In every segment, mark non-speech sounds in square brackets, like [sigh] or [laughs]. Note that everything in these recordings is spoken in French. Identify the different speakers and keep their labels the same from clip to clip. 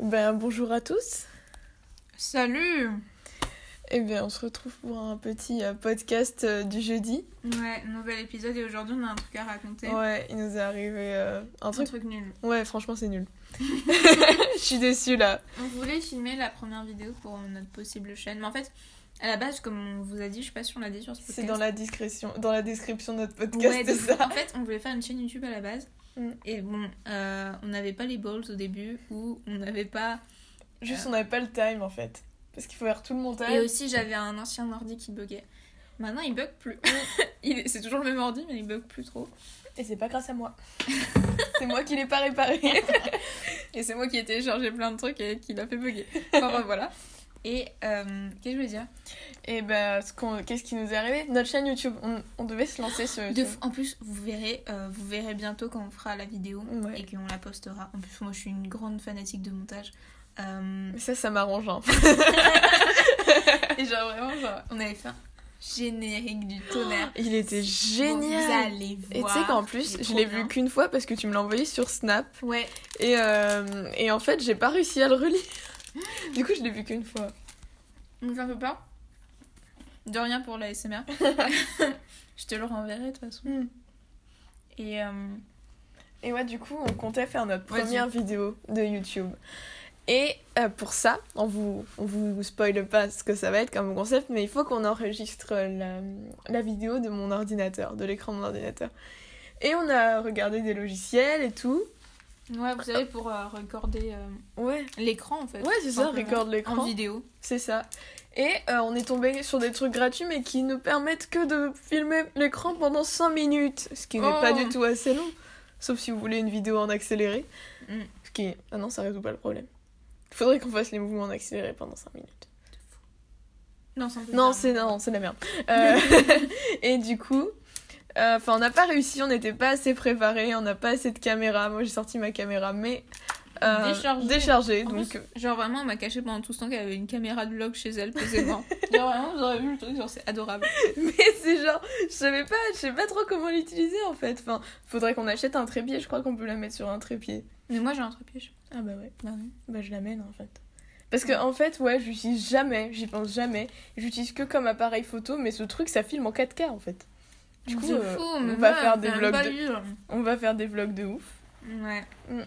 Speaker 1: Ben, bonjour à tous.
Speaker 2: Salut
Speaker 1: Eh bien, on se retrouve pour un petit euh, podcast euh, du jeudi.
Speaker 2: Ouais, nouvel épisode et aujourd'hui on a un truc à raconter.
Speaker 1: Ouais, il nous est arrivé euh, un
Speaker 2: Un
Speaker 1: truc.
Speaker 2: truc nul.
Speaker 1: Ouais, franchement, c'est
Speaker 2: [laughs]
Speaker 1: nul. Je suis déçue là.
Speaker 2: On voulait filmer la première vidéo pour notre possible chaîne, mais en fait, à la base, comme on vous a dit, je sais pas si on l'a dit sur ce podcast.
Speaker 1: C'est dans la discrétion, dans la description de notre podcast,
Speaker 2: Ouais,
Speaker 1: c'est
Speaker 2: donc,
Speaker 1: ça.
Speaker 2: En fait, on voulait faire une chaîne YouTube à la base.
Speaker 1: Mm.
Speaker 2: Et bon, euh, on n'avait pas les balls au début ou on n'avait pas.
Speaker 1: Juste, on n'avait pas le time en fait. Parce qu'il faut faire tout le
Speaker 2: Et
Speaker 1: montage.
Speaker 2: aussi, j'avais un ancien ordi qui buguait. Maintenant, il bug plus. [laughs] Il est- C'est toujours le même ordi, mais il bug plus trop.
Speaker 1: Et, c'est pas grâce à
Speaker 2: [laughs]
Speaker 1: moi. c'est moi qui l'ai pas réparé. [laughs]
Speaker 2: Et c'est moi qui ai téléchargé plein de trucs et qui l'a fait bugger. Enfin, [laughs] bref, voilà. Et euh, qu'est-ce que je voulais dire
Speaker 1: Et ben, ce qu'on- qu'est-ce qui nous est arrivé Notre chaîne YouTube, on, on devait se lancer sur
Speaker 2: De
Speaker 1: YouTube.
Speaker 2: f- en plus, vous verrez, euh, vous verrez bientôt quand on fera la vidéo
Speaker 1: Ouais.
Speaker 2: et qu'on la postera. En plus, moi, je suis une grande fanatique de montage.
Speaker 1: [laughs]
Speaker 2: Euh,
Speaker 1: Mais ça, ça m'arrange. Hein.
Speaker 2: et genre, vraiment, genre, on avait fait un générique du tonnerre.
Speaker 1: Il était [gasps]
Speaker 2: Vous
Speaker 1: génial.
Speaker 2: allez voir.
Speaker 1: Et tu sais qu'en plus,
Speaker 2: il est
Speaker 1: je
Speaker 2: trop
Speaker 1: l'ai
Speaker 2: bien.
Speaker 1: vu qu'une fois parce que tu me l'as envoyé sur Snap.
Speaker 2: Ouais,
Speaker 1: Et, euh, et en fait, j'ai pas réussi à le relire. [laughs] Du coup, je l'ai vu qu'une fois.
Speaker 2: on me fait un peu peur. De rien pour la SMR.
Speaker 1: [laughs]
Speaker 2: [laughs] je te le renverrai de toute façon.
Speaker 1: Hmm.
Speaker 2: Et euh,
Speaker 1: Et ouais, du coup, on comptait faire notre
Speaker 2: Vas-y.
Speaker 1: première vidéo de YouTube. Et euh, pour ça, on vous, on vous spoile pas ce que ça va être comme concept, mais il faut qu'on enregistre euh, la, la vidéo de mon ordinateur, de l'écran de mon ordinateur. Et on a regardé des logiciels et tout.
Speaker 2: ouais, vous savez, pour euh, recorder euh,
Speaker 1: Ouais,
Speaker 2: l'écran en fait.
Speaker 1: ouais c'est ça,
Speaker 2: Simplement.
Speaker 1: regarde l'écran.
Speaker 2: En vidéo.
Speaker 1: C'est ça. Et euh, on est tombé sur des trucs gratuits mais qui ne permettent que de filmer l'écran pendant 5 minutes, ce qui n'est
Speaker 2: Oh.
Speaker 1: pas du tout assez long. Sauf si vous voulez une vidéo en accéléré.
Speaker 2: Mm.
Speaker 1: Ce qui est- Ah non, ça résout pas le problème. Faudrait qu'on fasse les mouvements en accéléré pendant 5 minutes.
Speaker 2: Non, c'est un peu
Speaker 1: Non,
Speaker 2: bizarre.
Speaker 1: c'est non, c'est de la merde. Euh, [laughs] et du coup, euh, 'fin, on n'a pas réussi, on n'était pas assez préparé, on n'a pas assez de caméra. Moi j'ai sorti ma caméra, mais. euh,
Speaker 2: Déchargée.
Speaker 1: déchargée,
Speaker 2: En
Speaker 1: donc.
Speaker 2: plus, genre vraiment, elle m'a caché pendant tout ce temps qu'elle avait une caméra de vlog chez elle,
Speaker 1: [laughs]
Speaker 2: posément. genre vraiment, vous aurez vu le truc, genre c'est adorable.
Speaker 1: Mais c'est genre, je savais pas, je sais pas trop comment l'utiliser en fait. Enfin, faudrait qu'on achète un trépied, je crois qu'on peut la mettre sur un trépied.
Speaker 2: Mais moi j'ai un trépied.
Speaker 1: Ah bah ouais,
Speaker 2: Bah oui.
Speaker 1: bah je l'amène en fait. Parce que en fait, ouais, j'utilise jamais, j'y pense jamais. J'utilise que comme appareil photo, mais ce truc ça filme en 4K en fait. Du coup, euh, on va faire des vlogs de- On va faire des vlogs de ouf.
Speaker 2: Ouais.
Speaker 1: Mm.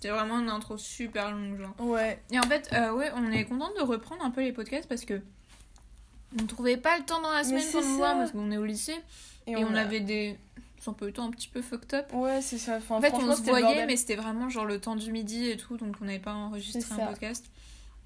Speaker 2: C'est vraiment une intro super longue, genre.
Speaker 1: Ouais,
Speaker 2: Et en fait, euh, ouais, on est contente de reprendre un peu les podcasts parce que on trouvait pas le temps dans la
Speaker 1: Mais
Speaker 2: semaine pour
Speaker 1: c'est
Speaker 2: nous
Speaker 1: ça.
Speaker 2: voir parce qu'on est au lycée et, on,
Speaker 1: a-
Speaker 2: avait des un peu le temps un petit peu fucked up.
Speaker 1: Ouais, c'est ça. Enfin,
Speaker 2: En fait,
Speaker 1: franchement,
Speaker 2: on se
Speaker 1: c'était le
Speaker 2: voyait,
Speaker 1: bordel.
Speaker 2: mais c'était vraiment genre le temps du midi et tout, donc on n'avait pas
Speaker 1: C'est
Speaker 2: enregistré
Speaker 1: ça.
Speaker 2: un podcast.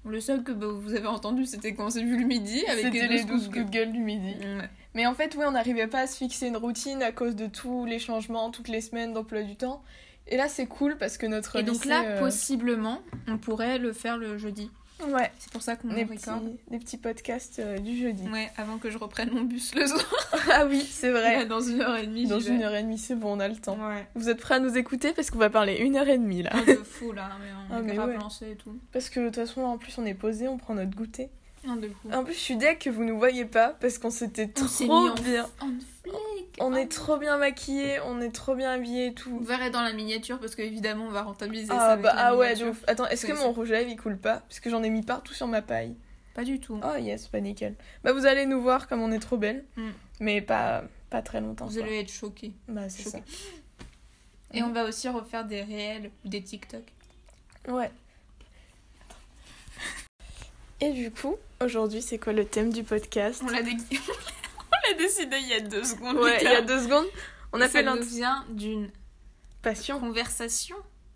Speaker 2: Le seul que bah, vous avez entendu, c'était quand on s'est vu le midi avec
Speaker 1: C'était les 12 coups de gueule du midi.
Speaker 2: gueule. Ouais.
Speaker 1: Mais en fait, ouais, on n'arrivait pas à se fixer une routine à cause de tous les changements, toutes les semaines d'emploi du temps. Et là, c'est cool parce que notre.
Speaker 2: Et donc
Speaker 1: lycée,
Speaker 2: là,
Speaker 1: euh,
Speaker 2: possiblement, on pourrait le faire le jeudi.
Speaker 1: Ouais,
Speaker 2: C'est pour ça qu'on
Speaker 1: des
Speaker 2: recorde.
Speaker 1: petits, des petits podcasts euh, du jeudi.
Speaker 2: Ouais, avant que je reprenne mon bus le soir.
Speaker 1: [laughs] ah oui, c'est vrai.
Speaker 2: Là, [laughs] dans une heure et demie.
Speaker 1: Dans
Speaker 2: j'y vais.
Speaker 1: une heure et demie, c'est bon, on a le temps.
Speaker 2: Ouais.
Speaker 1: Vous êtes prêts à nous écouter parce qu'on va parler une heure et demie là.
Speaker 2: Un peu fou là, mais on
Speaker 1: Ah, mais
Speaker 2: est grave
Speaker 1: ouais.
Speaker 2: lancé et tout.
Speaker 1: Parce que de toute façon, en plus, on est posé, on prend notre goûter.
Speaker 2: Un de fou.
Speaker 1: En plus, je suis deg que vous nous voyez pas parce qu'on s'était
Speaker 2: On
Speaker 1: trop
Speaker 2: s'est mis en,
Speaker 1: bien.
Speaker 2: en flic.
Speaker 1: On
Speaker 2: Oh.
Speaker 1: est trop bien maquillés, on est trop bien habillés et tout.
Speaker 2: Vous verrez dans la miniature parce qu'évidemment, on va rentabiliser ça.
Speaker 1: Ah
Speaker 2: avec
Speaker 1: bah
Speaker 2: la
Speaker 1: ah ouais,
Speaker 2: miniature.
Speaker 1: de ouf. Attends, est-ce que
Speaker 2: Oui,
Speaker 1: mon rouge à lèvres il coule pas Parce que j'en ai mis partout sur ma paille.
Speaker 2: Pas du tout.
Speaker 1: Oh yes, pas nickel. Bah vous allez nous voir comme on est trop belle,
Speaker 2: Mm.
Speaker 1: mais pas pas très longtemps.
Speaker 2: Vous
Speaker 1: quoi.
Speaker 2: allez être choqués.
Speaker 1: Bah c'est ça.
Speaker 2: choqués. Et on va aussi refaire des réels ou des TikTok.
Speaker 1: Ouais. Et du coup, aujourd'hui, c'est quoi le thème du podcast
Speaker 2: On l'a dé- [laughs] on l'a décidé il y a deux secondes.
Speaker 1: Ouais, il y a deux secondes, on a
Speaker 2: Et
Speaker 1: fait
Speaker 2: Ça nous vient d'une
Speaker 1: l'intention.
Speaker 2: conversation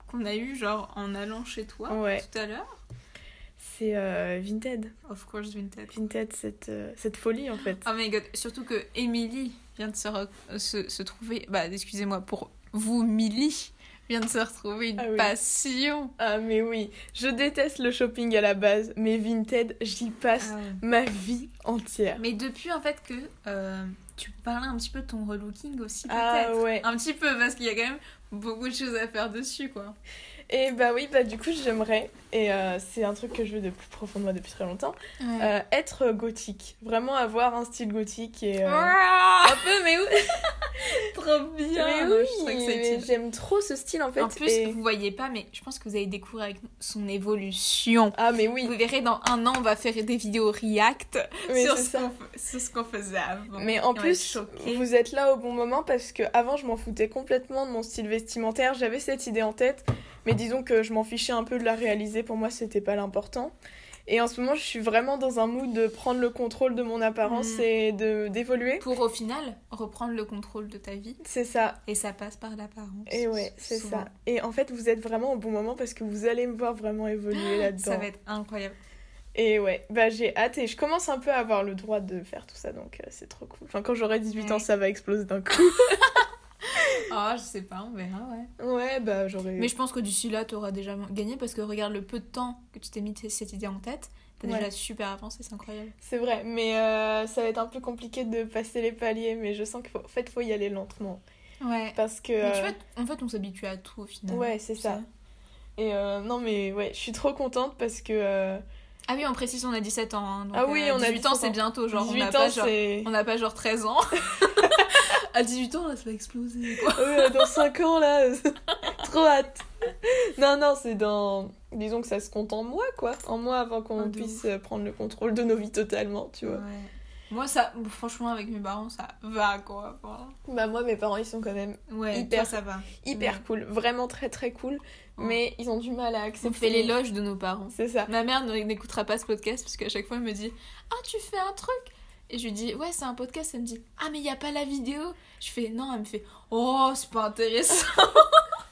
Speaker 2: qu'on a eue genre en allant chez toi
Speaker 1: Ouais,
Speaker 2: tout à l'heure.
Speaker 1: c'est euh, Vinted.
Speaker 2: Of course, Vinted.
Speaker 1: Vinted, cette, euh, cette folie en fait.
Speaker 2: Oh my god, surtout que Emily vient de se, re- euh, se, se trouver. Bah, excusez-moi, pour vous, Milly vient de se retrouver une
Speaker 1: Ah oui.
Speaker 2: passion.
Speaker 1: Ah, mais oui, je déteste le shopping à la base, mais Vinted, j'y passe
Speaker 2: Ah.
Speaker 1: ma vie entière.
Speaker 2: Mais depuis en fait que euh, tu parlais un petit peu de ton relooking aussi, peut-être.
Speaker 1: Ah ouais.
Speaker 2: Un petit peu, parce qu'il y a quand même beaucoup de choses à faire dessus, quoi.
Speaker 1: Et bah oui, bah du coup, j'aimerais, et euh, c'est un truc que je veux de plus profond de moi depuis très longtemps, euh, être gothique. Vraiment avoir un style gothique et. euh,
Speaker 2: Ah,
Speaker 1: Un peu, mais oui, [laughs]
Speaker 2: Trop bien
Speaker 1: mais
Speaker 2: Moi,
Speaker 1: oui,
Speaker 2: Hein, je trouve que c'est
Speaker 1: mais
Speaker 2: utile.
Speaker 1: j'aime trop ce style en fait.
Speaker 2: En plus,
Speaker 1: et-
Speaker 2: vous voyez pas, mais je pense que vous allez découvrir avec son évolution.
Speaker 1: Ah, mais oui,
Speaker 2: Vous verrez, dans un an, on va faire des vidéos react
Speaker 1: mais
Speaker 2: sur
Speaker 1: c'est
Speaker 2: ce,
Speaker 1: ça.
Speaker 2: qu'on, f- sur ce qu'on faisait avant.
Speaker 1: Mais en
Speaker 2: Et on va être
Speaker 1: plus,
Speaker 2: choqués.
Speaker 1: vous êtes là au bon moment parce que avant, je m'en foutais complètement de mon style vestimentaire. J'avais cette idée en tête, mais disons que je m'en fichais un peu de la réaliser. Pour moi, c'était pas l'important. Et en ce moment, je suis vraiment dans un mood de prendre le contrôle de mon apparence
Speaker 2: Mm.
Speaker 1: et de d'évoluer.
Speaker 2: Pour au final reprendre le contrôle de ta vie.
Speaker 1: C'est ça.
Speaker 2: Et ça passe par l'apparence.
Speaker 1: Et ouais, c'est
Speaker 2: souvent.
Speaker 1: ça. Et en fait, vous êtes vraiment au bon moment parce que vous allez me voir vraiment évoluer là-dedans.
Speaker 2: Ah, Ça va être incroyable.
Speaker 1: Et ouais, bah j'ai hâte et je commence un peu à avoir le droit de faire tout ça, donc euh, c'est trop cool. Enfin, quand j'aurai 18 ans,
Speaker 2: Ouais.
Speaker 1: ça va exploser d'un
Speaker 2: [laughs]
Speaker 1: coup.
Speaker 2: Ah, je sais pas, on verra, ouais.
Speaker 1: Ouais, bah j'aurai...
Speaker 2: Mais je pense que d'ici là, t'auras déjà gagné parce que regarde le peu de temps que tu t'es mis t- cette idée en tête. T'as
Speaker 1: Ouais.
Speaker 2: déjà super avancé, c'est incroyable.
Speaker 1: C'est vrai, mais euh, ça va être un peu compliqué de passer les paliers, mais je sens qu'il faut... En fait, faut y aller lentement.
Speaker 2: Ouais.
Speaker 1: Parce que...
Speaker 2: Mais tu
Speaker 1: euh,
Speaker 2: vois, en fait, on s'habitue à tout au final.
Speaker 1: Ouais, c'est
Speaker 2: tu
Speaker 1: ça.
Speaker 2: sais.
Speaker 1: Et euh, non, mais ouais, je suis trop contente parce que... euh,
Speaker 2: Ah oui, on précise, on a 17 ans. hein, donc,
Speaker 1: Ah oui,
Speaker 2: euh,
Speaker 1: on a
Speaker 2: 18 ans,
Speaker 1: 17
Speaker 2: c'est
Speaker 1: ans.
Speaker 2: bientôt. Genre,
Speaker 1: 18
Speaker 2: on n'a
Speaker 1: ans,
Speaker 2: pas, genre-
Speaker 1: c'est... [laughs]
Speaker 2: on n'a pas genre 13 ans. à 18 ans, là, ça va exploser. Quoi.
Speaker 1: Ouais, dans 5 ans, là, [laughs] trop hâte. Non, non, c'est dans... Disons que ça se compte en mois, quoi. En mois avant
Speaker 2: Ah,
Speaker 1: qu'on
Speaker 2: de
Speaker 1: puisse euh, prendre le contrôle de nos vies totalement, tu vois.
Speaker 2: Ouais. Moi, ça, franchement, avec mes parents, ça va quoi. enfin.
Speaker 1: Bah moi, mes parents, ils sont quand même
Speaker 2: Ouais,
Speaker 1: Hyper.
Speaker 2: toi, ça va.
Speaker 1: hyper
Speaker 2: Ouais.
Speaker 1: cool. Vraiment très, très cool. Mais ils ont du mal à
Speaker 2: On
Speaker 1: accepter.
Speaker 2: fait l'éloge de nos parents.
Speaker 1: C'est ça.
Speaker 2: Ma mère ne- n'écoutera pas ce podcast parce qu'à chaque fois elle me dit Ah, tu fais un truc Et je lui dis Ouais, c'est un podcast. Elle me dit Ah, mais il n'y a pas la vidéo Je fais Non, elle me fait Oh, c'est pas [laughs] intéressant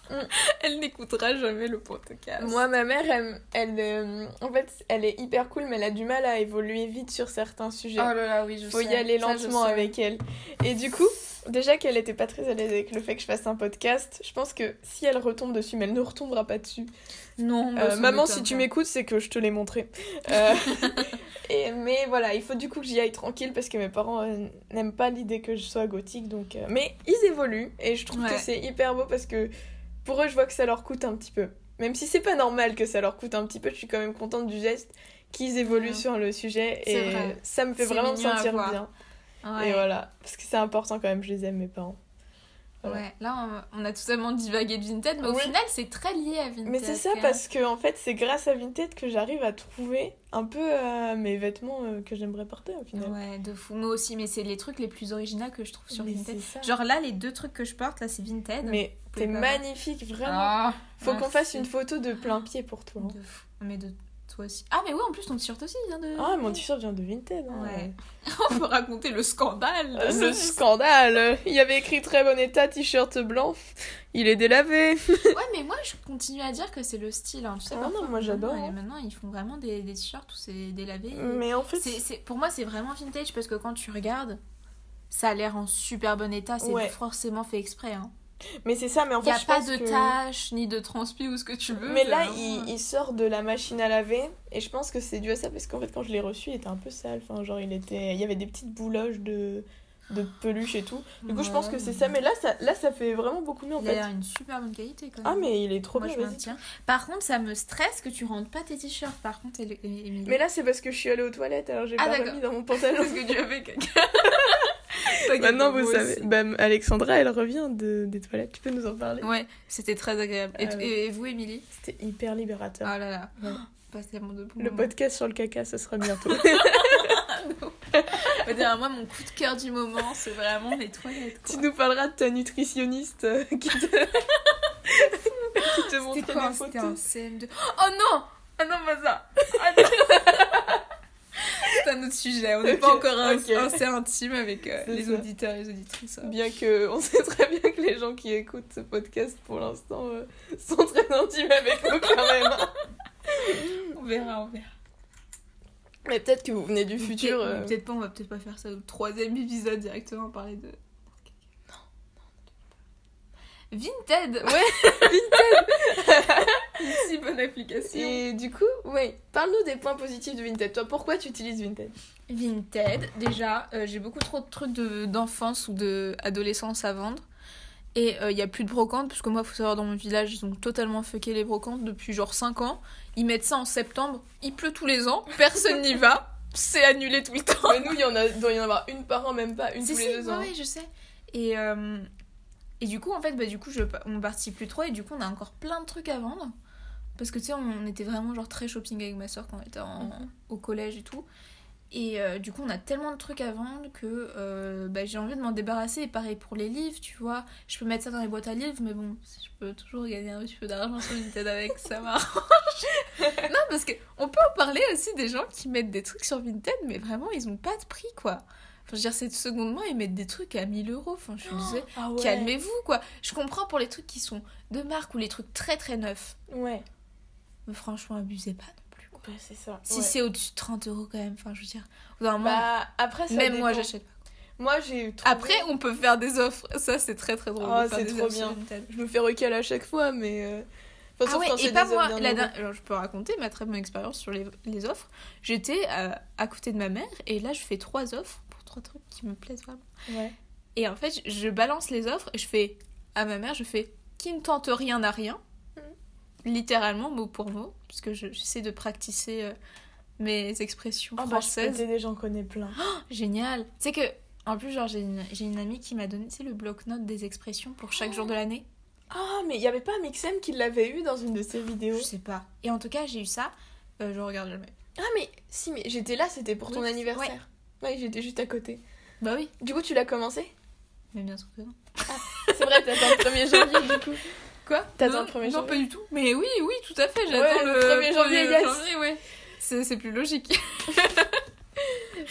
Speaker 1: Mm.
Speaker 2: Elle n'écoutera jamais le podcast.
Speaker 1: Moi, ma mère, elle, elle, euh, en fait, elle est hyper cool, mais elle a du mal à évoluer vite sur certains
Speaker 2: oh
Speaker 1: sujets.
Speaker 2: là là, oui, je
Speaker 1: Faut
Speaker 2: sais.
Speaker 1: y aller
Speaker 2: Ça, je
Speaker 1: lentement
Speaker 2: sais.
Speaker 1: avec elle. Et du coup, déjà qu'elle était pas très à l'aise avec le fait que je fasse un podcast, je pense que si elle retombe dessus, mais elle ne retombera pas dessus.
Speaker 2: Non,
Speaker 1: Euh,
Speaker 2: bah, ça
Speaker 1: maman,
Speaker 2: m'étonne
Speaker 1: si tu
Speaker 2: pas.
Speaker 1: m'écoutes, c'est que je te l'ai montré.
Speaker 2: [laughs]
Speaker 1: Euh, et, mais voilà, il faut du coup que j'y aille tranquille parce que mes parents euh, n'aiment pas l'idée que je sois gothique. Donc, euh, mais ils évoluent et je trouve que
Speaker 2: Ouais.
Speaker 1: c'est hyper beau parce que pour eux, je vois que ça leur coûte un petit peu. Même si c'est pas normal que ça leur coûte un petit peu, je suis quand même contente du geste qu'ils évoluent
Speaker 2: Ouais.
Speaker 1: sur le sujet
Speaker 2: C'est
Speaker 1: et
Speaker 2: vrai.
Speaker 1: ça me fait
Speaker 2: C'est
Speaker 1: vraiment me
Speaker 2: mignon à
Speaker 1: sentir
Speaker 2: voir.
Speaker 1: bien.
Speaker 2: Ouais.
Speaker 1: Et voilà, parce que c'est important quand même, je les aime mes parents. voilà.
Speaker 2: Ouais, là on on a totalement divagué de Vinted, mais au
Speaker 1: Ouais.
Speaker 2: final c'est très lié à Vinted.
Speaker 1: Mais c'est ça
Speaker 2: hein.
Speaker 1: parce que en fait c'est grâce à Vinted que j'arrive à trouver un peu euh, mes vêtements euh, que j'aimerais porter au final.
Speaker 2: Ouais, de fou. Moi aussi, mais c'est les trucs les plus originaux que je trouve sur
Speaker 1: Mais
Speaker 2: Vinted.
Speaker 1: c'est ça.
Speaker 2: Genre là, les deux trucs que je porte, là c'est Vinted.
Speaker 1: Mais
Speaker 2: Vous
Speaker 1: t'es
Speaker 2: pouvez pas
Speaker 1: magnifique vraiment.
Speaker 2: Ah,
Speaker 1: Faut qu'on
Speaker 2: merci.
Speaker 1: fasse une photo de plein pied pour toi. hein.
Speaker 2: De fou. Ah, Mais de toi aussi. Ah, mais oui, en plus, ton t-shirt aussi vient de.
Speaker 1: Ah mon t-shirt vient de Vinted. hein.
Speaker 2: Ouais. [laughs] On peut raconter le scandale.
Speaker 1: Euh,
Speaker 2: [laughs]
Speaker 1: Le scandale. Il y avait écrit très bon état t-shirt blanc. Il est délavé.
Speaker 2: Ouais, mais moi, je continue à dire que c'est le style. hein. Tu sais,
Speaker 1: Ah
Speaker 2: parfois,
Speaker 1: non, moi, j'adore,
Speaker 2: maintenant,
Speaker 1: hein.
Speaker 2: Maintenant, ils font vraiment des, des t-shirts où c'est délavé.
Speaker 1: Mais en fait
Speaker 2: C'est- c'est- pour moi, c'est vraiment vintage parce que quand tu regardes, ça a l'air en super bon état. C'est
Speaker 1: Ouais.
Speaker 2: forcément fait exprès. Hein.
Speaker 1: mais c'est ça mais en
Speaker 2: Il n'y
Speaker 1: fait
Speaker 2: a
Speaker 1: je
Speaker 2: pas
Speaker 1: pense
Speaker 2: de
Speaker 1: que-
Speaker 2: taches, ni de transpi ou ce que tu veux.
Speaker 1: Mais
Speaker 2: c'est
Speaker 1: là,
Speaker 2: vraiment-
Speaker 1: il, il sort de la machine à laver et je pense que c'est dû à ça parce qu'en fait, quand je l'ai reçu, il était un peu sale. Enfin, genre, il était, il y avait des petites bouloges de, de peluche et tout. Du coup, je pense que
Speaker 2: Ouais.
Speaker 1: c'est ça. Mais là, ça, là, ça fait vraiment beaucoup mieux en
Speaker 2: Il a
Speaker 1: fait.
Speaker 2: l'air une super bonne qualité quand même.
Speaker 1: Ah, mais il est trop
Speaker 2: Moi,
Speaker 1: bien.
Speaker 2: je
Speaker 1: vas-y.
Speaker 2: maintiens. Par contre, ça me stresse que tu rentres pas tes t-shirts. Par contre, Émi- Émilie.
Speaker 1: Mais là, c'est parce que je suis allée aux toilettes alors j'ai
Speaker 2: Ah,
Speaker 1: pas
Speaker 2: d'accord.
Speaker 1: remis dans mon pantalon.
Speaker 2: [laughs] Parce que tu avais caca. T'as
Speaker 1: Maintenant,
Speaker 2: caca,
Speaker 1: vous
Speaker 2: moi
Speaker 1: savez.
Speaker 2: aussi.
Speaker 1: Bah, Alexandra, elle revient de, des toilettes. Tu peux nous en parler
Speaker 2: Ouais, c'était très agréable. Et,
Speaker 1: Ah
Speaker 2: t-
Speaker 1: ouais.
Speaker 2: et- et vous, Émilie
Speaker 1: C'était hyper libérateur.
Speaker 2: Ah là là. [gasps]
Speaker 1: Ouais.
Speaker 2: Pas tellement de bons
Speaker 1: Le
Speaker 2: moments.
Speaker 1: podcast sur le caca, ce sera
Speaker 2: [laughs]
Speaker 1: bientôt.
Speaker 2: Bah, derrière moi, mon coup de cœur du moment, c'est vraiment les toilettes.
Speaker 1: tu
Speaker 2: quoi.
Speaker 1: nous parleras de ta nutritionniste euh, qui te, [laughs] qui te
Speaker 2: C'était
Speaker 1: montrait
Speaker 2: quoi
Speaker 1: des
Speaker 2: C'était
Speaker 1: photos.
Speaker 2: un CM2. [gasps] Oh non Ah non, pas ça Ah non. [laughs] C'est un autre sujet. On n'est pas
Speaker 1: Ok,
Speaker 2: encore un-
Speaker 1: ok.
Speaker 2: assez intime avec euh,
Speaker 1: C'est
Speaker 2: les
Speaker 1: ça. Mm.
Speaker 2: auditeurs et les auditrices. hein.
Speaker 1: Bien que on sait très bien que les gens qui écoutent ce podcast pour l'instant euh, sont très intimes avec nous quand même. hein.
Speaker 2: On verra, on verra.
Speaker 1: Mais peut-être que vous venez du
Speaker 2: Ou
Speaker 1: futur.
Speaker 2: peut-être-
Speaker 1: euh,
Speaker 2: ou Peut-être pas, on va peut-être pas faire ça au troisième épisode directement, parler de. Vinted [laughs] Ouais Vinted Une si bonne application.
Speaker 1: Et du coup, ouais, parle-nous des points positifs de Vinted. Toi, pourquoi tu utilises [laughs] Vinted
Speaker 2: Vinted, déjà, euh, j'ai beaucoup trop de trucs de- d'enfance ou d'adolescence à vendre. Et il n'y a plus de brocante, parce que moi, faut savoir, dans mon village, ils ont totalement fucké les brocantes depuis genre 5 ans. Ils mettent ça en septembre, il pleut tous les ans, personne n'y va, c'est annulé tout le temps.
Speaker 1: Mais nous, il y en a, doit y en avoir une par an, même pas une
Speaker 2: Si,
Speaker 1: tous
Speaker 2: si,
Speaker 1: les deux
Speaker 2: ouais,
Speaker 1: ans.
Speaker 2: ouais, je sais. Et, euh, et du coup, en fait, bah, du coup, je, on participe plus trop et du coup, on a encore plein de trucs à vendre. Parce que tu sais, on était vraiment genre très shopping avec ma soeur quand on était en-
Speaker 1: Mhm.
Speaker 2: au collège et tout. Et euh, du coup, on a tellement de trucs à vendre que euh, bah, j'ai envie de m'en débarrasser. Et pareil pour les livres, tu vois. Je peux mettre ça dans les boîtes à livres, mais bon, si je peux toujours gagner un petit peu d'argent sur une tête avec, ça m'arrange.
Speaker 1: [laughs]
Speaker 2: non, parce que on peut en parler aussi des gens qui mettent des trucs sur Vinted, mais vraiment, ils ont pas de prix, quoi. Enfin, je veux dire, c'est de seconde main, ils mettent des trucs à 1000 euros. Enfin, je suis désolée.
Speaker 1: Ah ouais.
Speaker 2: Calmez-vous, quoi. Je comprends pour les trucs qui sont de marque ou les trucs très très neufs.
Speaker 1: Ouais.
Speaker 2: Mais franchement, abusez pas non plus, quoi.
Speaker 1: Bah, c'est ça.
Speaker 2: Si
Speaker 1: ouais.
Speaker 2: c'est au-dessus de 30 euros, quand même, enfin, je veux dire, au bout d'un moment,
Speaker 1: Bah, après, ça
Speaker 2: même moi,
Speaker 1: dépend.
Speaker 2: j'achète pas.
Speaker 1: Moi, j'ai trouvé...
Speaker 2: Après, on peut faire des offres. Ça, c'est très très drôle.
Speaker 1: Ah,
Speaker 2: de faire
Speaker 1: c'est
Speaker 2: des
Speaker 1: trop
Speaker 2: offres sur
Speaker 1: bien.
Speaker 2: Vinted.
Speaker 1: je me fais recal à chaque fois, mais. euh, enfin,
Speaker 2: Ah
Speaker 1: sauf
Speaker 2: ouais,
Speaker 1: quand c'est
Speaker 2: et pas
Speaker 1: des
Speaker 2: moi.
Speaker 1: hommes bien
Speaker 2: La
Speaker 1: nombreux.
Speaker 2: dernière- Alors, je peux raconter ma très bonne expérience sur les, les offres. J'étais euh, à côté de ma mère et là, je fais trois offres pour trois trucs qui me plaisent vraiment.
Speaker 1: Ouais.
Speaker 2: Et en fait, je- je balance les offres et je fais à ma mère, je fais qui ne tente rien n'a rien.
Speaker 1: Mm.
Speaker 2: Littéralement, mot pour mot, parce que je- j'essaie de practicer euh, mes expressions
Speaker 1: Oh, bah, je peux
Speaker 2: françaises.
Speaker 1: t'aider, j'en connais plein.
Speaker 2: Génial. Tu sais que, en plus, genre, j'ai une, j'ai une amie qui m'a donné tu sais, le bloc-notes des expressions pour chaque jour de l'année.
Speaker 1: [gasps] Ah, mais il y avait pas Mixem qui l'avait eu dans une de ses vidéos
Speaker 2: Je sais pas. Et en tout cas, j'ai eu ça. Euh, je regarde jamais.
Speaker 1: Ah, mais si, mais j'étais là, c'était pour
Speaker 2: Oui,
Speaker 1: ton
Speaker 2: c'est-
Speaker 1: anniversaire. Ouais, j'étais juste à côté.
Speaker 2: Bah oui,
Speaker 1: Du coup, tu l'as commencé
Speaker 2: mais bien sûr que non.
Speaker 1: C'est vrai, t'attends le [laughs] 1er janvier, du coup.
Speaker 2: Quoi
Speaker 1: T'attends
Speaker 2: Non,
Speaker 1: le 1er
Speaker 2: Non,
Speaker 1: janvier
Speaker 2: pas du tout. Mais oui, oui, tout à fait. J'attends
Speaker 1: Ouais,
Speaker 2: le
Speaker 1: le
Speaker 2: 1er
Speaker 1: 1er
Speaker 2: janvier.
Speaker 1: janvier, yes.
Speaker 2: ouais. C'est c'est plus logique.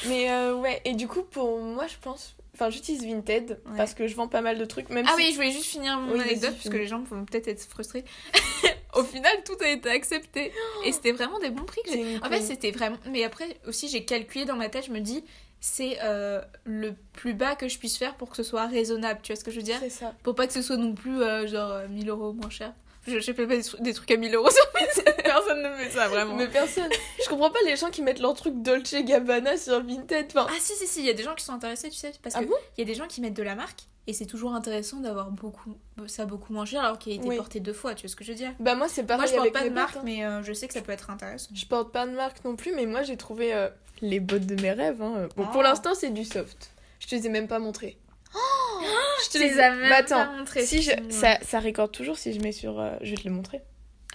Speaker 1: Mais euh, ouais, et du coup, pour moi, je pense. Enfin, j'utilise Vinted
Speaker 2: Ouais.
Speaker 1: parce que je vends pas mal de trucs, même
Speaker 2: Ah
Speaker 1: si.
Speaker 2: oui, je voulais juste finir mon
Speaker 1: Oui, vas-y,
Speaker 2: anecdote parce
Speaker 1: finis.
Speaker 2: que les gens vont peut-être être frustrés. [laughs] Au final, tout a été accepté et c'était vraiment des bons prix que j'ai.
Speaker 1: c'est une
Speaker 2: En fait,
Speaker 1: con.
Speaker 2: c'était vraiment. Mais après aussi, j'ai calculé dans ma tête. Je me dis, c'est euh, le plus bas que je puisse faire pour que ce soit raisonnable. Tu vois ce que je veux dire
Speaker 1: C'est ça.
Speaker 2: Pour pas que ce soit non plus euh, genre euh, 1000 euros moins cher. Je, je fais pas des, tru- des trucs à 1000 euros sur Vinted. [laughs] Personne ne fait ça vraiment.
Speaker 1: Mais personne. je comprends pas les gens qui mettent leur truc Dolce Gabbana sur Vinted. Enfin,
Speaker 2: Ah si si si, il y a des gens qui sont intéressés, tu sais, parce
Speaker 1: Ah
Speaker 2: que
Speaker 1: bon
Speaker 2: il y a des gens qui mettent de la marque et c'est toujours intéressant d'avoir beaucoup ça beaucoup moins cher alors qu'il a été
Speaker 1: Oui.
Speaker 2: porté deux fois. Tu vois ce que je veux dire
Speaker 1: bah, moi, c'est pareil.
Speaker 2: Moi, je
Speaker 1: avec
Speaker 2: porte pas
Speaker 1: mes
Speaker 2: de marque,
Speaker 1: bottes, hein.
Speaker 2: mais euh, je sais que ça peut être intéressant.
Speaker 1: Je porte pas de marque non plus, mais moi j'ai trouvé euh, les bottes de mes rêves. hein. Bon,
Speaker 2: Ah. Oh
Speaker 1: pour l'instant, c'est du soft. Je te les ai même pas montrées. je te les ai.
Speaker 2: avais
Speaker 1: Bah, attends, si je... ça, ça récorde toujours si je mets sur. euh, Je vais te le montrer.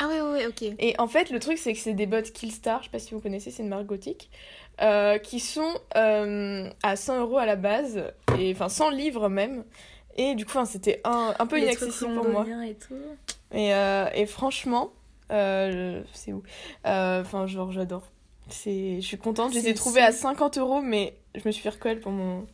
Speaker 2: Ah ouais, ouais, ouais, ok.
Speaker 1: Et en fait, le truc, c'est que c'est des bottes Killstar, je sais pas si vous connaissez, c'est une marque gothique, euh, qui sont euh, à 100 euros à la base, et enfin 100 livres même. Et du coup, enfin, c'était un, un peu
Speaker 2: Les trucs
Speaker 1: inaccessible pour moi.
Speaker 2: londoniens Et tout.
Speaker 1: Et, euh, et franchement, euh, je- c'est où Euh, Enfin, genre, j'adore. C'est, je suis contente. Je les
Speaker 2: C'est-
Speaker 1: ai trouvées à 50 euros, mais je me suis fait recoller pour mon.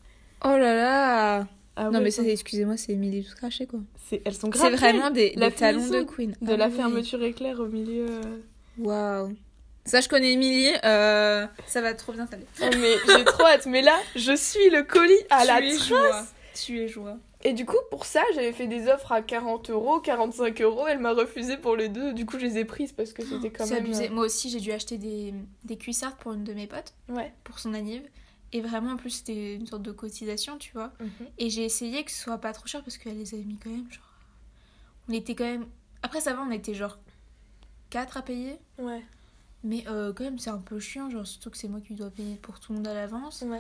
Speaker 2: Oh là là
Speaker 1: Ah
Speaker 2: Non
Speaker 1: ouais,
Speaker 2: mais ça,
Speaker 1: enfin,
Speaker 2: excusez-moi, c'est Emily tout craché quoi.
Speaker 1: c'est- elles sont
Speaker 2: C'est
Speaker 1: gravées
Speaker 2: vraiment des,
Speaker 1: La
Speaker 2: des talons de
Speaker 1: finition
Speaker 2: Queen.
Speaker 1: de
Speaker 2: Ah
Speaker 1: la
Speaker 2: ouais.
Speaker 1: fermeture éclair au milieu. euh.
Speaker 2: Waouh. Ça, je connais Emily, euh, ça va trop bien t'aller.
Speaker 1: Oh, mais j'ai trop hâte. Mais là, je suis le colis à la
Speaker 2: tu es
Speaker 1: trace.
Speaker 2: joie. Tu es joie.
Speaker 1: Et du coup, pour ça, j'avais fait des offres à 40 euros, 45 euros. Elle m'a refusé pour les deux. Du coup, je les ai prises parce que c'était quand
Speaker 2: C'est
Speaker 1: même.
Speaker 2: abusé. Moi aussi, j'ai dû acheter des, des cuissardes pour une de mes potes,
Speaker 1: euh, Ouais.
Speaker 2: pour son anniv. Et vraiment, en plus, c'était une sorte de cotisation, tu vois. Et j'ai essayé que ce soit pas trop cher parce qu'elle les avait mis quand même, genre. On était quand même. Après, ça va, on était genre 4 à payer.
Speaker 1: Ouais.
Speaker 2: Mais euh, quand même, c'est un peu chiant, genre, surtout que c'est moi qui dois payer pour tout le monde à l'avance.
Speaker 1: Ouais.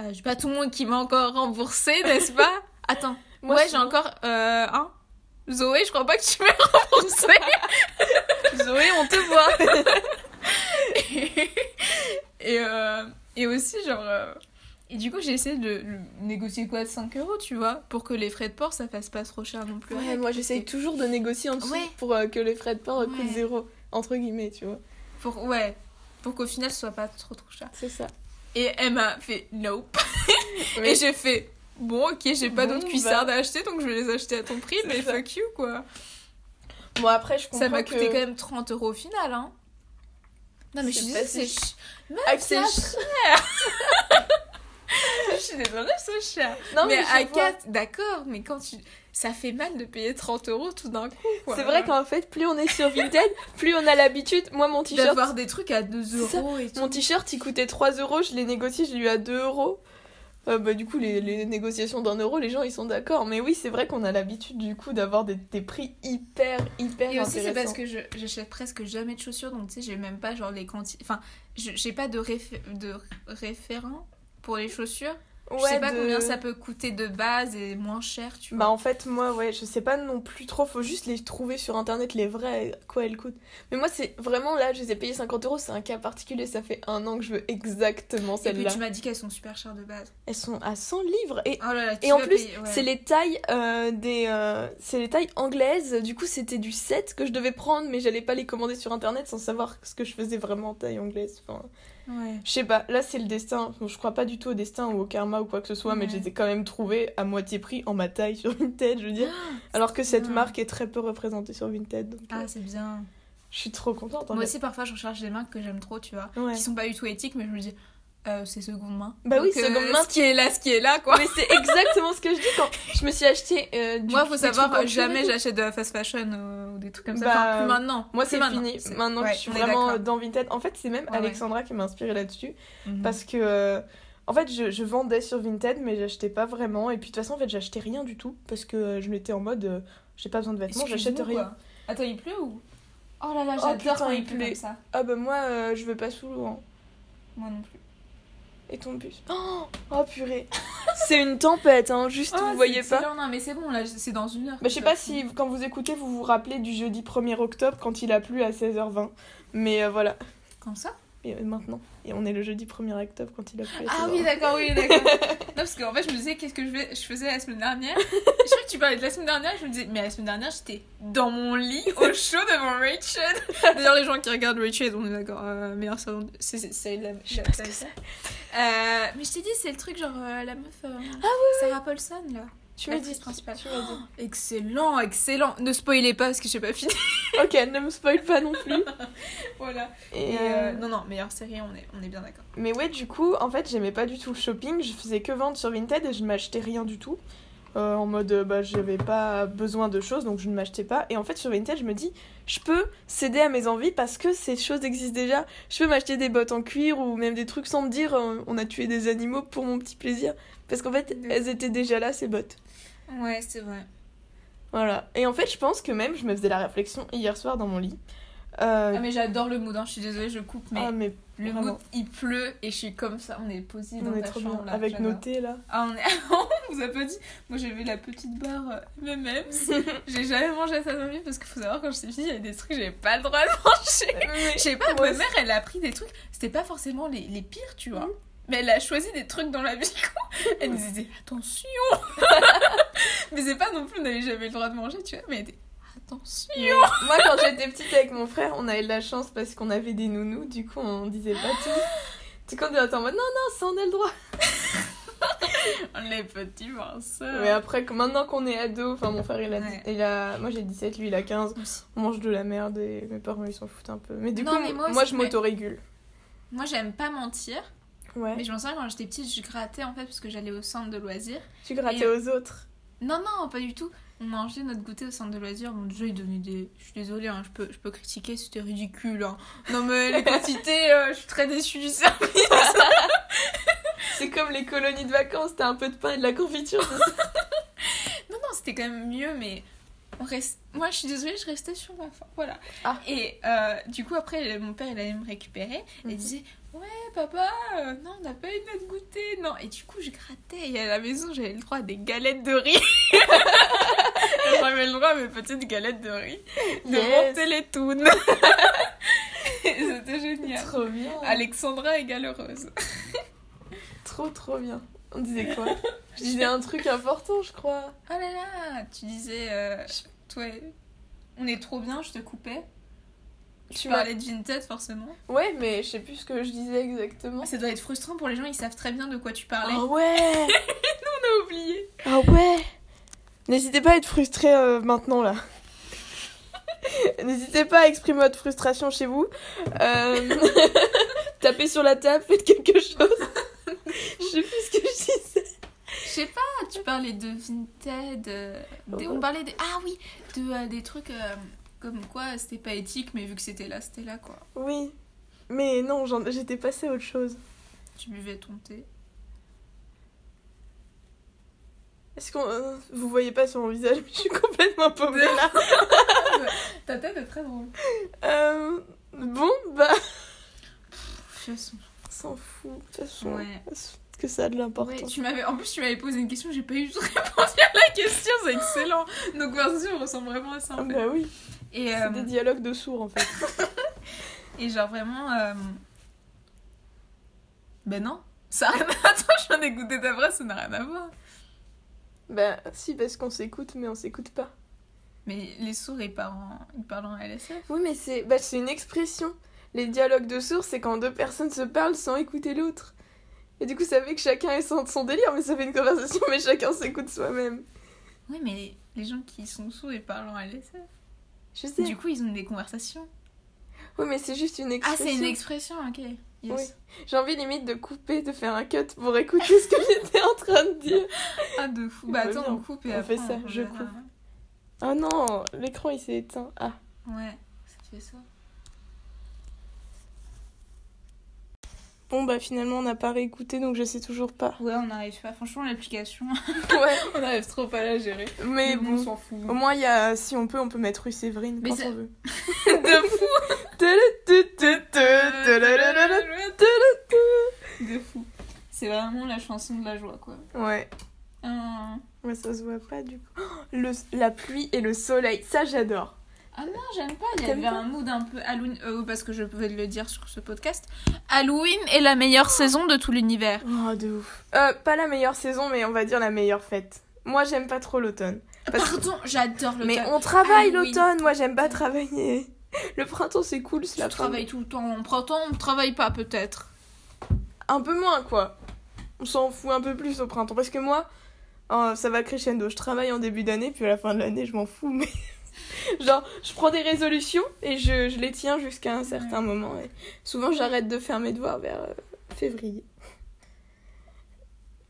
Speaker 2: Euh, j'ai pas tout le monde qui m'a encore remboursé, n'est-ce pas Attends,
Speaker 1: Moi,
Speaker 2: ouais, j'ai
Speaker 1: souvent-
Speaker 2: encore euh, un. Zoé, je crois pas que tu m'as [laughs] remboursé.
Speaker 1: Zoé, on te voit.
Speaker 2: [laughs] et, euh, et aussi, genre. euh, Et du coup, j'ai essayé de le- négocier quoi 5 euros, tu vois, pour que les frais de port ça fasse pas trop cher non plus.
Speaker 1: Ouais,
Speaker 2: avec,
Speaker 1: moi
Speaker 2: parce
Speaker 1: j'essaye
Speaker 2: que-
Speaker 1: toujours de négocier en dessous
Speaker 2: Ouais.
Speaker 1: pour euh, que les frais de port euh,
Speaker 2: Ouais.
Speaker 1: coûtent zéro, entre guillemets, tu vois.
Speaker 2: Pour... Ouais, pour qu'au final ce soit pas trop trop cher.
Speaker 1: C'est ça.
Speaker 2: Et elle m'a fait
Speaker 1: [laughs]
Speaker 2: nope.
Speaker 1: Mais-
Speaker 2: Et j'ai fait bon, ok, j'ai pas
Speaker 1: Bon,
Speaker 2: d'autres
Speaker 1: bah.
Speaker 2: cuissardes à acheter donc je vais les acheter à ton prix,
Speaker 1: C'est
Speaker 2: mais
Speaker 1: ça.
Speaker 2: fuck you quoi.
Speaker 1: Bon, après, je comprends
Speaker 2: Ça m'a
Speaker 1: que...
Speaker 2: coûté quand même 30 euros au final, hein. Non, mais je
Speaker 1: C'est
Speaker 2: suis
Speaker 1: pas
Speaker 2: désolée,
Speaker 1: si
Speaker 2: c'est ch-
Speaker 1: Ah, que c'est
Speaker 2: ça,
Speaker 1: ch-
Speaker 2: [laughs] je suis désolée, c'est cher.
Speaker 1: Non,
Speaker 2: mais,
Speaker 1: mais,
Speaker 2: à
Speaker 1: je vois.
Speaker 2: 4, d'accord, mais quand tu. Ça fait mal de payer 30 euros tout d'un coup. quoi.
Speaker 1: C'est vrai qu'en fait, plus on est sur Vinted, [laughs] plus on a l'habitude. Moi, mon t-shirt,
Speaker 2: D'avoir des trucs à 2
Speaker 1: C'est ça.
Speaker 2: euros et tout.
Speaker 1: mon t-shirt, il coûtait 3 euros, je l'ai négocié, je l'ai eu à 2 euros. euh, bah, du coup, les, les négociations d'un euro, les gens ils sont d'accord. Mais oui, c'est vrai qu'on a l'habitude du coup d'avoir des, des prix hyper, hyper
Speaker 2: Et aussi, c'est
Speaker 1: intéressants.
Speaker 2: parce que je- j'achète presque jamais de chaussures, donc tu sais, j'ai même pas genre les quantités. Enfin, je- j'ai pas de, réfé- de référent pour les chaussures. je sais pas
Speaker 1: de-
Speaker 2: combien ça peut coûter de base et moins cher, tu vois.
Speaker 1: Bah en fait moi ouais je sais pas non plus trop faut juste les trouver sur internet les vrais quoi elles coûtent mais moi c'est vraiment là je les ai payées 50 euros c'est un cas particulier ça fait un an que je veux exactement
Speaker 2: et puis
Speaker 1: celle-là
Speaker 2: tu m'as dit qu'elles sont super chères de base.
Speaker 1: elles sont à 100 livres et
Speaker 2: Oh là là, tu
Speaker 1: et en
Speaker 2: vas
Speaker 1: plus
Speaker 2: payer, ouais.
Speaker 1: c'est les tailles euh, des euh, c'est les tailles anglaises du coup c'était du 7 que je devais prendre mais j'allais pas les commander sur internet sans savoir ce que je faisais vraiment en taille anglaise enfin
Speaker 2: Ouais.
Speaker 1: je sais pas là c'est le destin Bon, je crois pas du tout au destin ou au karma ou quoi que ce soit mais
Speaker 2: Ouais.
Speaker 1: je les ai quand même trouvées à moitié prix en ma taille sur Vinted je veux dire alors que cette
Speaker 2: Ah, bien.
Speaker 1: marque est très peu représentée sur Vinted donc euh,
Speaker 2: Ah, c'est bien.
Speaker 1: je suis trop contente en
Speaker 2: Moi
Speaker 1: fait.
Speaker 2: aussi, parfois, je recherche des marques que j'aime trop, tu vois.
Speaker 1: Ouais.
Speaker 2: Qui sont pas du tout éthiques, mais je me dis, euh, c'est seconde main.
Speaker 1: Bah oui,
Speaker 2: Donc, euh,
Speaker 1: seconde main.
Speaker 2: Ce qui est là, ce qui est là, quoi.
Speaker 1: mais c'est exactement ce que je dis quand je me suis acheté euh, du
Speaker 2: Moi, faut
Speaker 1: des
Speaker 2: savoir,
Speaker 1: trucs en
Speaker 2: euh,
Speaker 1: cuir et
Speaker 2: jamais
Speaker 1: tout.
Speaker 2: j'achète de la fast fashion euh, ou des trucs comme ça.
Speaker 1: Bah,
Speaker 2: Enfin, plus maintenant.
Speaker 1: moi
Speaker 2: Plus
Speaker 1: c'est
Speaker 2: maintenant. Mm-hmm.
Speaker 1: fini
Speaker 2: C'est-
Speaker 1: maintenant
Speaker 2: ouais,
Speaker 1: que je suis
Speaker 2: on est
Speaker 1: vraiment
Speaker 2: d'accord.
Speaker 1: dans Vinted en fait c'est même
Speaker 2: Ouais, ouais.
Speaker 1: Alexandra qui m'a inspirée là-dessus
Speaker 2: Mhm.
Speaker 1: Parce que, euh, en fait, je, je vendais sur Vinted, mais j'achetais pas vraiment. Et puis, de toute façon, en fait, j'achetais rien du tout. Parce que euh, je m'étais en mode, euh, j'ai pas besoin de vêtements,
Speaker 2: Excuse-nous,
Speaker 1: j'achète rien.
Speaker 2: quoi. Attends, il pleut ou Oh là là,
Speaker 1: Oh,
Speaker 2: j'adore
Speaker 1: putain,
Speaker 2: quand
Speaker 1: il
Speaker 2: il pleut
Speaker 1: pleut.
Speaker 2: comme ça.
Speaker 1: Ah bah, moi, euh, je vais pas sous l'eau. hein.
Speaker 2: Moi non plus.
Speaker 1: Et ton bus.
Speaker 2: [gasps]
Speaker 1: Oh, oh, purée. [laughs] c'est une tempête, hein, juste, vous voyez pas.
Speaker 2: Ah, Non, mais c'est bon, là, c'est dans une heure.
Speaker 1: Bah, je sais pas si, quand vous écoutez, vous vous rappelez du jeudi 1er octobre quand il a plu à 16h20. Mais euh, voilà.
Speaker 2: Comme ça
Speaker 1: Et euh, maintenant. Et on est le jeudi 1er octobre quand il a plu à 16h20.
Speaker 2: Ah oui, d'accord, oui, d'accord. [laughs] non, parce qu'en fait, je me disais, qu'est-ce que je, vais- je faisais la semaine dernière Je sais que tu parlais de la semaine dernière, je me disais, mais la semaine dernière, j'étais dans mon lit, au [laughs] chaud devant Rachel. D'ailleurs, les gens qui regardent Rachel, on est d'accord, euh, meilleure saison. C'est c'est- c'est la. Je sais
Speaker 1: pas ce que
Speaker 2: c'est. Euh, mais je t'ai dit, c'est le truc genre euh, la meuf. ah oui, Sarah Paulson, là.
Speaker 1: Tu me dis.
Speaker 2: L'actrice principale.
Speaker 1: Tu me dis.
Speaker 2: Excellent, excellent. Ne spoilez pas parce que j'ai pas fini.
Speaker 1: ok, ne me spoil pas non plus.
Speaker 2: [laughs] voilà.
Speaker 1: Et,
Speaker 2: [laughs] Et euh,
Speaker 1: euh,
Speaker 2: non, non, meilleure série, on est, on est bien d'accord.
Speaker 1: Mais ouais, du coup, en fait, j'aimais pas du tout le shopping. Je faisais que vendre sur Vinted et je m'achetais rien du tout. Euh, en mode, euh, bah, j'avais pas besoin de choses, donc je ne m'achetais pas. Et en fait, sur Vinted, je me dis, je peux céder à mes envies parce que ces choses existent déjà. Je peux m'acheter des bottes en cuir ou même des trucs sans me dire, euh, on a tué des animaux pour mon petit plaisir. Parce qu'en fait,
Speaker 2: Ouais.
Speaker 1: elles étaient déjà là, ces bottes.
Speaker 2: Ouais, c'est vrai.
Speaker 1: Voilà. Et en fait, je pense que même, je me faisais la réflexion hier soir dans mon lit. Euh,
Speaker 2: Ah, mais j'adore le mood, hein, je suis désolée, je coupe, mais.
Speaker 1: ah, mais
Speaker 2: Le
Speaker 1: Vraiment.
Speaker 2: mood, il pleut et je suis comme ça. On est posé dans
Speaker 1: on est
Speaker 2: ta
Speaker 1: trop
Speaker 2: chambre.
Speaker 1: bien
Speaker 2: là,
Speaker 1: avec
Speaker 2: j'adore.
Speaker 1: nos thés là.
Speaker 2: Ah, on, est... [laughs] on vous applaudit. Moi, j'avais la petite barre euh, M&M's.
Speaker 1: [laughs]
Speaker 2: J'ai jamais mangé ça dans ma vie parce qu'il faut savoir, quand j'étais fille, il y avait des trucs que j'avais pas le droit de manger. Je sais pas,
Speaker 1: Euh, Moi
Speaker 2: ma mère, elle a pris des trucs. C'était pas forcément les, les pires, tu
Speaker 1: Mm.
Speaker 2: vois. Mais elle a choisi des trucs dans la vie. Elle nous disait attention. [laughs] mais c'est pas non plus, on n'avait jamais le droit de manger, tu vois. Mais elle était attention.
Speaker 1: Mais Moi, quand j'étais petite avec mon frère, on avait de la chance parce qu'on avait des nounous, du coup, on disait pas [gasps] tout. Du coup, on était en mode non, non, ça on a le droit.
Speaker 2: Les petits morceaux.
Speaker 1: Mais après, que- maintenant qu'on est ado, enfin, mon frère il a,
Speaker 2: Ouais.
Speaker 1: il a. Moi j'ai 17, lui il a 15. On mange de la merde et mes parents ils s'en foutent un peu. Mais du
Speaker 2: Non,
Speaker 1: coup,
Speaker 2: mais moi
Speaker 1: moi,
Speaker 2: aussi,
Speaker 1: je
Speaker 2: mais-
Speaker 1: m'autorégule.
Speaker 2: Moi, j'aime pas mentir.
Speaker 1: Ouais.
Speaker 2: Mais je me souviens quand j'étais petite, je grattais en fait parce que j'allais au centre de loisirs.
Speaker 1: Tu grattais
Speaker 2: Et-
Speaker 1: aux autres.
Speaker 2: Non, non, pas du tout. On mangeait notre goûter au centre de loisirs. Mon dieu, il donnait des. Je suis désolée, hein, je, peux, je peux critiquer, c'était ridicule. hein. Non, mais les quantités, euh, je suis très déçue du service.
Speaker 1: C'est comme les colonies de vacances, t'as un peu de pain et de la confiture. [laughs] c'est ça
Speaker 2: Non, non, c'était quand même mieux, mais. On reste... Moi, je suis désolée, je restais sur ma faim. Voilà.
Speaker 1: Ah.
Speaker 2: Et euh, du coup, après, mon père, il allait me récupérer. Et il
Speaker 1: Mhm.
Speaker 2: disait Ouais, papa, euh, non, on n'a pas eu notre goûter. Non. Et du coup, je grattais. Et à la maison, j'avais le droit à des galettes de [laughs] riz. j'avais le droit à mes petites galettes de riz. de mon
Speaker 1: Yes.
Speaker 2: télétoon. [laughs] C'était génial.
Speaker 1: Trop bien.
Speaker 2: Alexandra égale heureuse.
Speaker 1: Trop, trop bien. On disait [laughs] quoi Je disais un truc important, je crois.
Speaker 2: Oh là là, tu disais, euh, toi, on est trop bien, je te coupais. Tu
Speaker 1: m'as-
Speaker 2: parlais de Vinted forcément.
Speaker 1: Ouais, mais je sais plus ce que je disais exactement.
Speaker 2: Ça doit être frustrant pour les gens, ils savent très bien de quoi tu parlais.
Speaker 1: Ah ouais
Speaker 2: On a oublié.
Speaker 1: Ah ouais N'hésitez pas à être frustré euh, maintenant
Speaker 2: [laughs]
Speaker 1: là. N'hésitez pas à exprimer votre frustration chez vous. Euh,
Speaker 2: [laughs]
Speaker 1: Tapez sur la table, faites quelque chose. Je sais plus ce que je disais.
Speaker 2: Je sais pas, tu parlais de Vinted. euh, des-
Speaker 1: Oh.
Speaker 2: on parlait des. Ah oui, de, euh, des trucs euh, comme quoi c'était pas éthique, mais vu que c'était là, c'était là quoi.
Speaker 1: Oui. Mais non, j'en- j'étais passée à autre chose.
Speaker 2: Tu buvais ton thé.
Speaker 1: Est-ce qu'on. euh, Vous voyez pas sur mon visage, mais je suis complètement paumée là.
Speaker 2: Ta tête est très drôle.
Speaker 1: Euh, bon, bah. On s'en fout. De toute façon,
Speaker 2: Ouais.
Speaker 1: est-ce que ça a de l'importance
Speaker 2: Ouais, tu m'avais... En plus, tu m'avais posé une question, j'ai pas eu de [laughs] réponse à la question, c'est excellent. Nos conversations ressemblent vraiment à ça
Speaker 1: Ah,
Speaker 2: en fait.
Speaker 1: bah oui,
Speaker 2: Et,
Speaker 1: c'est
Speaker 2: euh,
Speaker 1: des dialogues de sourds en fait.
Speaker 2: et genre vraiment. euh, Ben non, ça a rien à... [laughs] Attends, je viens d'écouter ta phrase, ça n'a rien à voir.
Speaker 1: bah, si, parce qu'on s'écoute, mais on s'écoute pas.
Speaker 2: Mais les sourds, ils parlent en, ils parlent en LSF.
Speaker 1: Oui, mais c'est bah, c'est une expression. Les dialogues de sourds, c'est quand deux personnes se parlent sans écouter l'autre. Et du coup, ça fait que chacun est sans son délire, mais ça fait une conversation, mais chacun s'écoute soi-même.
Speaker 2: Oui, mais les gens qui sont sourds, ils parlent en LSF.
Speaker 1: Je sais.
Speaker 2: Du coup, ils ont des conversations.
Speaker 1: Oui, mais c'est juste une
Speaker 2: Ah,
Speaker 1: expression.
Speaker 2: c'est une expression, ok. Yes.
Speaker 1: J'ai envie limite de couper, de faire un cut pour écouter [laughs] ce que j'étais en train de dire.
Speaker 2: Ah, de fou. Bah
Speaker 1: Bah,
Speaker 2: attends,
Speaker 1: viens,
Speaker 2: on coupe et
Speaker 1: on
Speaker 2: après,
Speaker 1: fait ça,
Speaker 2: on
Speaker 1: je
Speaker 2: verra.
Speaker 1: coupe. Ah non, l'écran il s'est éteint. Ah.
Speaker 2: Ouais, ça fait ça.
Speaker 1: Bon, bah finalement, on n'a pas réécouté, donc je sais toujours pas.
Speaker 2: Ouais, on n'arrive pas. Franchement, l'application, [laughs]
Speaker 1: Ouais,
Speaker 2: on n'arrive trop pas à la gérer.
Speaker 1: [laughs] mais bon.
Speaker 2: s'en fout.
Speaker 1: Au moins, il y a, si on peut, on peut mettre rue Séverine
Speaker 2: Mais
Speaker 1: quand
Speaker 2: c'est-
Speaker 1: on veut.
Speaker 2: [laughs] De fou De fou. C'est vraiment la chanson de la joie, quoi.
Speaker 1: Ouais.
Speaker 2: Ah
Speaker 1: Mais ça se voit pas du coup. Oh, le, la pluie et le soleil, ça j'adore.
Speaker 2: ah non, j'aime pas. Il y
Speaker 1: T'aimes
Speaker 2: avait
Speaker 1: pas
Speaker 2: un mood un peu Halloween. euh, parce que je pouvais le dire sur ce podcast. Halloween est la meilleure saison de tout l'univers.
Speaker 1: Oh, de ouf. Euh, pas la meilleure saison, mais on va dire la meilleure fête. Moi j'aime pas trop l'automne. Parce-
Speaker 2: Ah, Pardon, j'adore le
Speaker 1: Mais
Speaker 2: thème.
Speaker 1: on travaille
Speaker 2: Halloween.
Speaker 1: l'automne, moi j'aime pas travailler. Le printemps c'est cool, c'est
Speaker 2: Tu
Speaker 1: la fin.
Speaker 2: travailles tout le temps en printemps, on ne travaille pas peut-être.
Speaker 1: Un peu moins quoi. On s'en fout un peu plus au printemps. Parce que moi, euh, ça va crescendo. Je travaille en début d'année, puis à la fin de l'année je m'en fous. Mais [laughs] genre, je prends des résolutions et je, je les tiens jusqu'à un certain moment. Et souvent j'arrête de faire mes devoirs vers euh, février.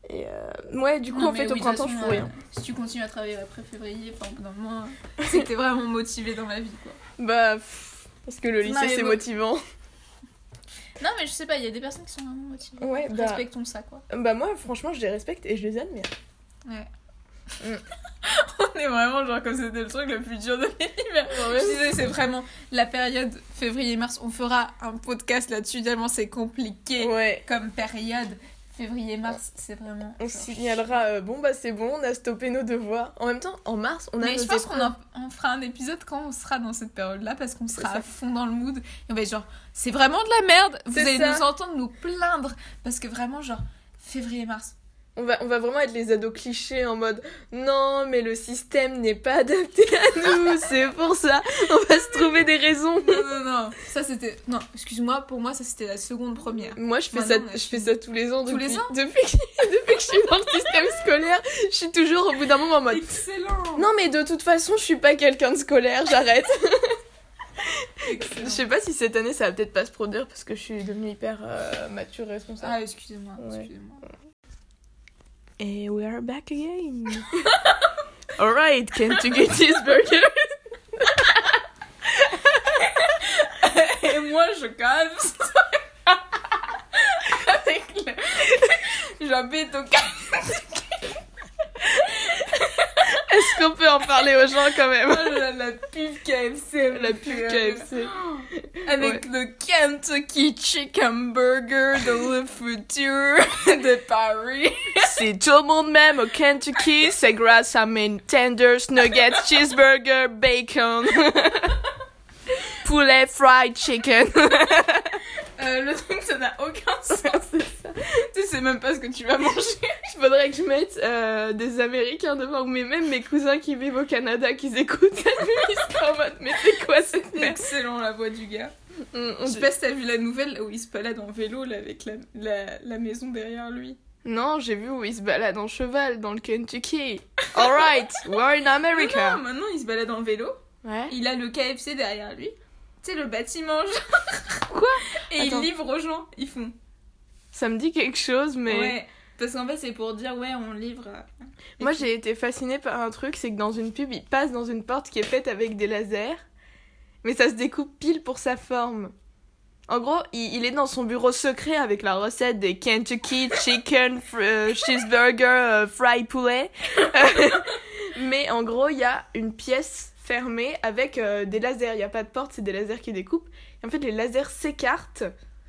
Speaker 1: Et euh, ouais, du coup
Speaker 2: Non,
Speaker 1: en
Speaker 2: mais
Speaker 1: fait
Speaker 2: oui,
Speaker 1: au
Speaker 2: de
Speaker 1: printemps
Speaker 2: toute
Speaker 1: je
Speaker 2: façon,
Speaker 1: fous rien.
Speaker 2: euh, Si tu continues à travailler après février, enfin, au bout d'un [laughs] moment, euh, c'est que t'es vraiment motivé dans la vie, quoi.
Speaker 1: Bah, pff, parce que le
Speaker 2: Non,
Speaker 1: lycée
Speaker 2: mais
Speaker 1: c'est
Speaker 2: bon.
Speaker 1: motivant.
Speaker 2: Non, mais je sais pas, il y a des personnes qui sont vraiment motivées.
Speaker 1: Ouais, bah-
Speaker 2: Respectons ça, quoi.
Speaker 1: Bah, moi franchement je les respecte et je les admire.
Speaker 2: Ouais.
Speaker 1: Mm.
Speaker 2: On est vraiment genre comme c'était le truc le plus dur de [laughs] l'univers. Je disais, c'est vraiment la période février-mars. On fera un podcast là-dessus, tellement c'est compliqué
Speaker 1: Ouais.
Speaker 2: comme période. Février-mars, c'est vraiment.
Speaker 1: On
Speaker 2: genre-
Speaker 1: signalera, euh, bon bah c'est bon, on a stoppé nos devoirs. En même temps, en mars, on a
Speaker 2: Mais
Speaker 1: nos
Speaker 2: je pense
Speaker 1: épreuves.
Speaker 2: qu'on en, on fera un épisode quand on sera dans cette période-là parce qu'on sera
Speaker 1: ça.
Speaker 2: à fond dans le mood. Et on va être genre, c'est vraiment de la merde. Vous
Speaker 1: C'est
Speaker 2: allez
Speaker 1: ça.
Speaker 2: nous entendre nous plaindre parce que vraiment, genre, février-mars.
Speaker 1: on... va, on va vraiment être les ados clichés en mode non, mais le système n'est pas adapté
Speaker 2: [laughs]
Speaker 1: à nous, c'est pour ça, on va se trouver des raisons.
Speaker 2: Non, non, non. Ça, c'était. Non, excuse-moi, pour moi, ça, c'était la seconde première.
Speaker 1: Moi je fais,
Speaker 2: Maintenant,
Speaker 1: ça,
Speaker 2: Bah on a
Speaker 1: je
Speaker 2: fini.
Speaker 1: fais ça tous les ans.
Speaker 2: Tous les
Speaker 1: depuis-
Speaker 2: ans
Speaker 1: depuis que, [laughs] depuis que je suis dans le système scolaire, je suis toujours au bout d'un moment en mode
Speaker 2: Excellent!
Speaker 1: non, mais de toute façon, je suis pas quelqu'un de scolaire,
Speaker 2: [laughs]
Speaker 1: j'arrête. Je
Speaker 2: Excellent.
Speaker 1: sais pas si cette année ça va peut-être pas se produire parce que je suis devenue hyper euh, mature et responsable.
Speaker 2: Ah, excusez-moi,
Speaker 1: Ouais.
Speaker 2: excusez-moi. Eh,
Speaker 1: Et we are back [laughs] again. Alright, can you get this burger? [laughs]
Speaker 2: Et moi, je casse! [laughs] Avec le. J'habite au
Speaker 1: Est-ce qu'on peut en parler aux gens quand même?
Speaker 2: Cajun, la, la pub KFC.
Speaker 1: La pub KFC.
Speaker 2: Avec le Kentucky Chicken Burger de le futur de Paris.
Speaker 1: Si tout le monde m'aime au Kentucky, c'est grâce à mes tenders, nuggets, cheeseburger, bacon, [laughs] poulet, fried
Speaker 2: [laughs]
Speaker 1: chicken.
Speaker 2: Euh, le truc, ça n'a aucun sens. Tu sais même pas ce que tu vas manger.
Speaker 1: Il faudrait que je mette euh, des Américains devant, mais même mes cousins qui vivent au Canada, qui écoutent [laughs] cette musique en mode, mais c'est quoi cette merde?
Speaker 2: Excellent la voix du gars.
Speaker 1: On- on
Speaker 2: Je sais pas si t'as vu la nouvelle où il se balade en vélo là, avec la, la, la maison derrière lui.
Speaker 1: Non, j'ai vu où il se balade en cheval dans le Kentucky. Alright, we're in
Speaker 2: Mais Ah non,
Speaker 1: America.
Speaker 2: maintenant il se balade en vélo.
Speaker 1: Ouais.
Speaker 2: Il a le KFC derrière lui. Tu sais, le bâtiment. Genre.
Speaker 1: Quoi
Speaker 2: Et
Speaker 1: Attends.
Speaker 2: il livre aux gens. Ils font.
Speaker 1: Ça me dit quelque chose, mais
Speaker 2: Ouais. Parce qu'en fait, c'est pour dire, ouais, on livre. à-
Speaker 1: moi j'ai été fascinée par un truc, c'est que dans une pub, il passe dans une porte qui est faite avec des lasers, mais ça se découpe pile pour sa forme. En gros, il, il est dans son bureau secret avec la recette des Kentucky Chicken fr- euh, Cheeseburger euh, Fry Poulet. [laughs] Mais en gros, il y a une pièce fermée avec euh, des lasers. Il n'y a pas de porte, c'est des lasers qui découpent. Et en fait, les lasers s'écartent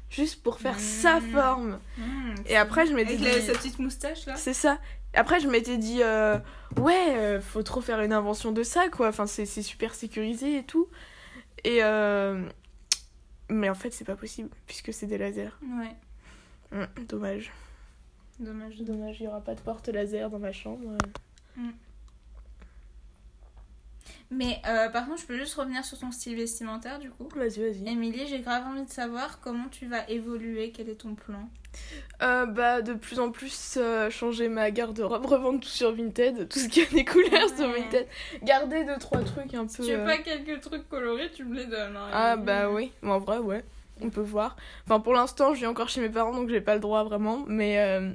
Speaker 1: juste pour faire sa
Speaker 2: Mmh.
Speaker 1: forme.
Speaker 2: Mmh.
Speaker 1: Et après, je m'étais
Speaker 2: Avec la-
Speaker 1: dit...
Speaker 2: sa petite moustache là.
Speaker 1: C'est ça. Après, je m'étais dit, euh, ouais, euh, faut trop faire une invention de ça, quoi. Enfin, c'est c'est super sécurisé et tout. Et. euh, Mais en fait, c'est pas possible, puisque c'est des lasers.
Speaker 2: Ouais,
Speaker 1: Hum, dommage.
Speaker 2: dommage.
Speaker 1: Dommage, il y aura pas de porte laser dans ma chambre.
Speaker 2: Mais
Speaker 3: Euh, par contre, je peux juste revenir sur ton style vestimentaire du coup.
Speaker 1: Vas-y, vas-y.
Speaker 3: Émilie, j'ai grave envie de savoir comment tu vas évoluer, quel est ton plan.
Speaker 1: Euh, bah, de plus en plus, euh, changer ma garde-robe, revendre tout sur Vinted, tout ce qui a des couleurs sur
Speaker 3: Ouais.
Speaker 1: Vinted. Garder deux, trois trucs un peu.
Speaker 3: Tu veux
Speaker 1: euh,
Speaker 3: pas quelques trucs colorés, tu me les donnes. hein,
Speaker 1: Ah
Speaker 3: Émilie.
Speaker 1: bah oui, Mais en vrai ouais, on peut voir. Enfin pour l'instant je vis encore chez mes parents donc j'ai pas le droit vraiment, mais euh,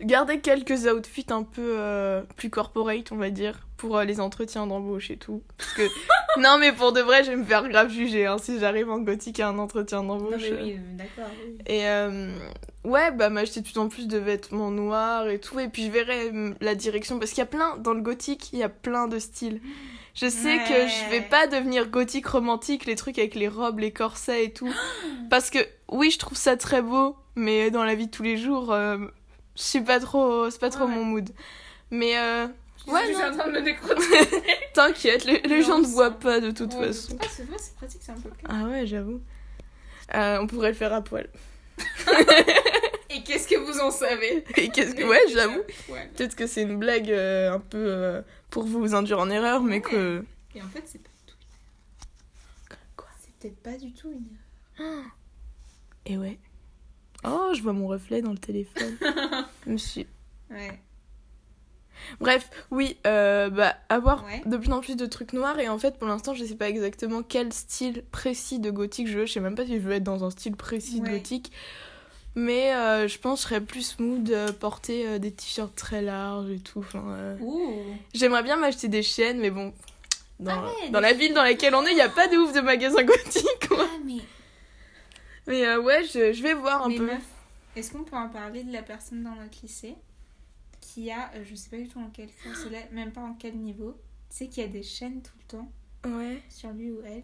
Speaker 1: garder quelques outfits un peu euh, plus corporate on va dire pour euh, les entretiens d'embauche et tout. Parce
Speaker 3: [laughs]
Speaker 1: que non mais pour de vrai je vais me faire grave juger hein, si j'arrive en gothique à un entretien
Speaker 3: Non,
Speaker 1: d'embauche.
Speaker 3: mais oui, euh, d'accord. oui.
Speaker 1: Et euh, ouais, bah m'acheter de plus en plus de vêtements noirs et tout. Et puis je verrai hum, la direction. Parce qu'il y a plein, dans le gothique, il y a plein de styles. Je sais que je vais
Speaker 2: Ouais.
Speaker 1: pas devenir gothique romantique, les trucs avec les robes, les corsets et
Speaker 2: [gasps]
Speaker 1: tout. parce que oui, je trouve ça très beau, mais dans la vie de tous les jours, euh, je sais pas trop, c'est pas trop
Speaker 2: Ouais.
Speaker 1: mon mood. Mais euh, Ouais,
Speaker 2: je suis
Speaker 1: non.
Speaker 2: en train de le décrocher.
Speaker 1: t'inquiète, les, les
Speaker 2: Non,
Speaker 1: gens ne
Speaker 2: ça-
Speaker 1: voient pas de toute
Speaker 2: Ouais.
Speaker 1: façon.
Speaker 2: Ah, c'est vrai, c'est pratique, c'est un peu.
Speaker 1: Ah ouais, j'avoue. Euh, on pourrait le faire à poil. [laughs]
Speaker 2: Et qu'est-ce que vous en savez
Speaker 1: Et qu'est-ce
Speaker 2: [laughs]
Speaker 1: que. Ouais, j'avoue.
Speaker 2: Ouais.
Speaker 1: Peut-être que c'est une blague euh, un peu euh, pour vous induire en erreur, mais que.
Speaker 2: Et en fait, c'est pas tout.
Speaker 1: Quoi
Speaker 2: C'est peut-être pas du tout une.
Speaker 1: Et ouais. Oh, je vois mon reflet dans le téléphone. je me suis-
Speaker 2: Ouais.
Speaker 1: Bref, oui, euh, bah, avoir
Speaker 2: Ouais.
Speaker 1: de plus en plus de trucs noirs, et en fait, pour l'instant, je sais pas exactement quel style précis de gothique je veux. Je sais même pas si je veux être dans un style précis de
Speaker 2: Ouais.
Speaker 1: gothique. Mais euh, je pense que je serais plus mood euh, porter euh, des t-shirts très larges et tout. Enfin, euh,
Speaker 2: Ouh.
Speaker 1: J'aimerais bien m'acheter des chaînes, mais bon. Dans,
Speaker 3: Ah ouais,
Speaker 1: dans
Speaker 3: des
Speaker 1: la ville dans laquelle on est, il n'y a pas de ouf de [laughs] magasin gothique, quoi.
Speaker 3: Ah, mais,
Speaker 1: Mais euh, ouais, je, je vais voir un
Speaker 2: Mais
Speaker 1: peu.
Speaker 2: meuf, est-ce qu'on peut en parler de la personne dans notre lycée qui a, euh, je sais pas du tout en quelle classe elle est, même pas en quel niveau, tu sais, qui a des chaînes tout le temps
Speaker 1: Ouais.
Speaker 2: sur lui ou elle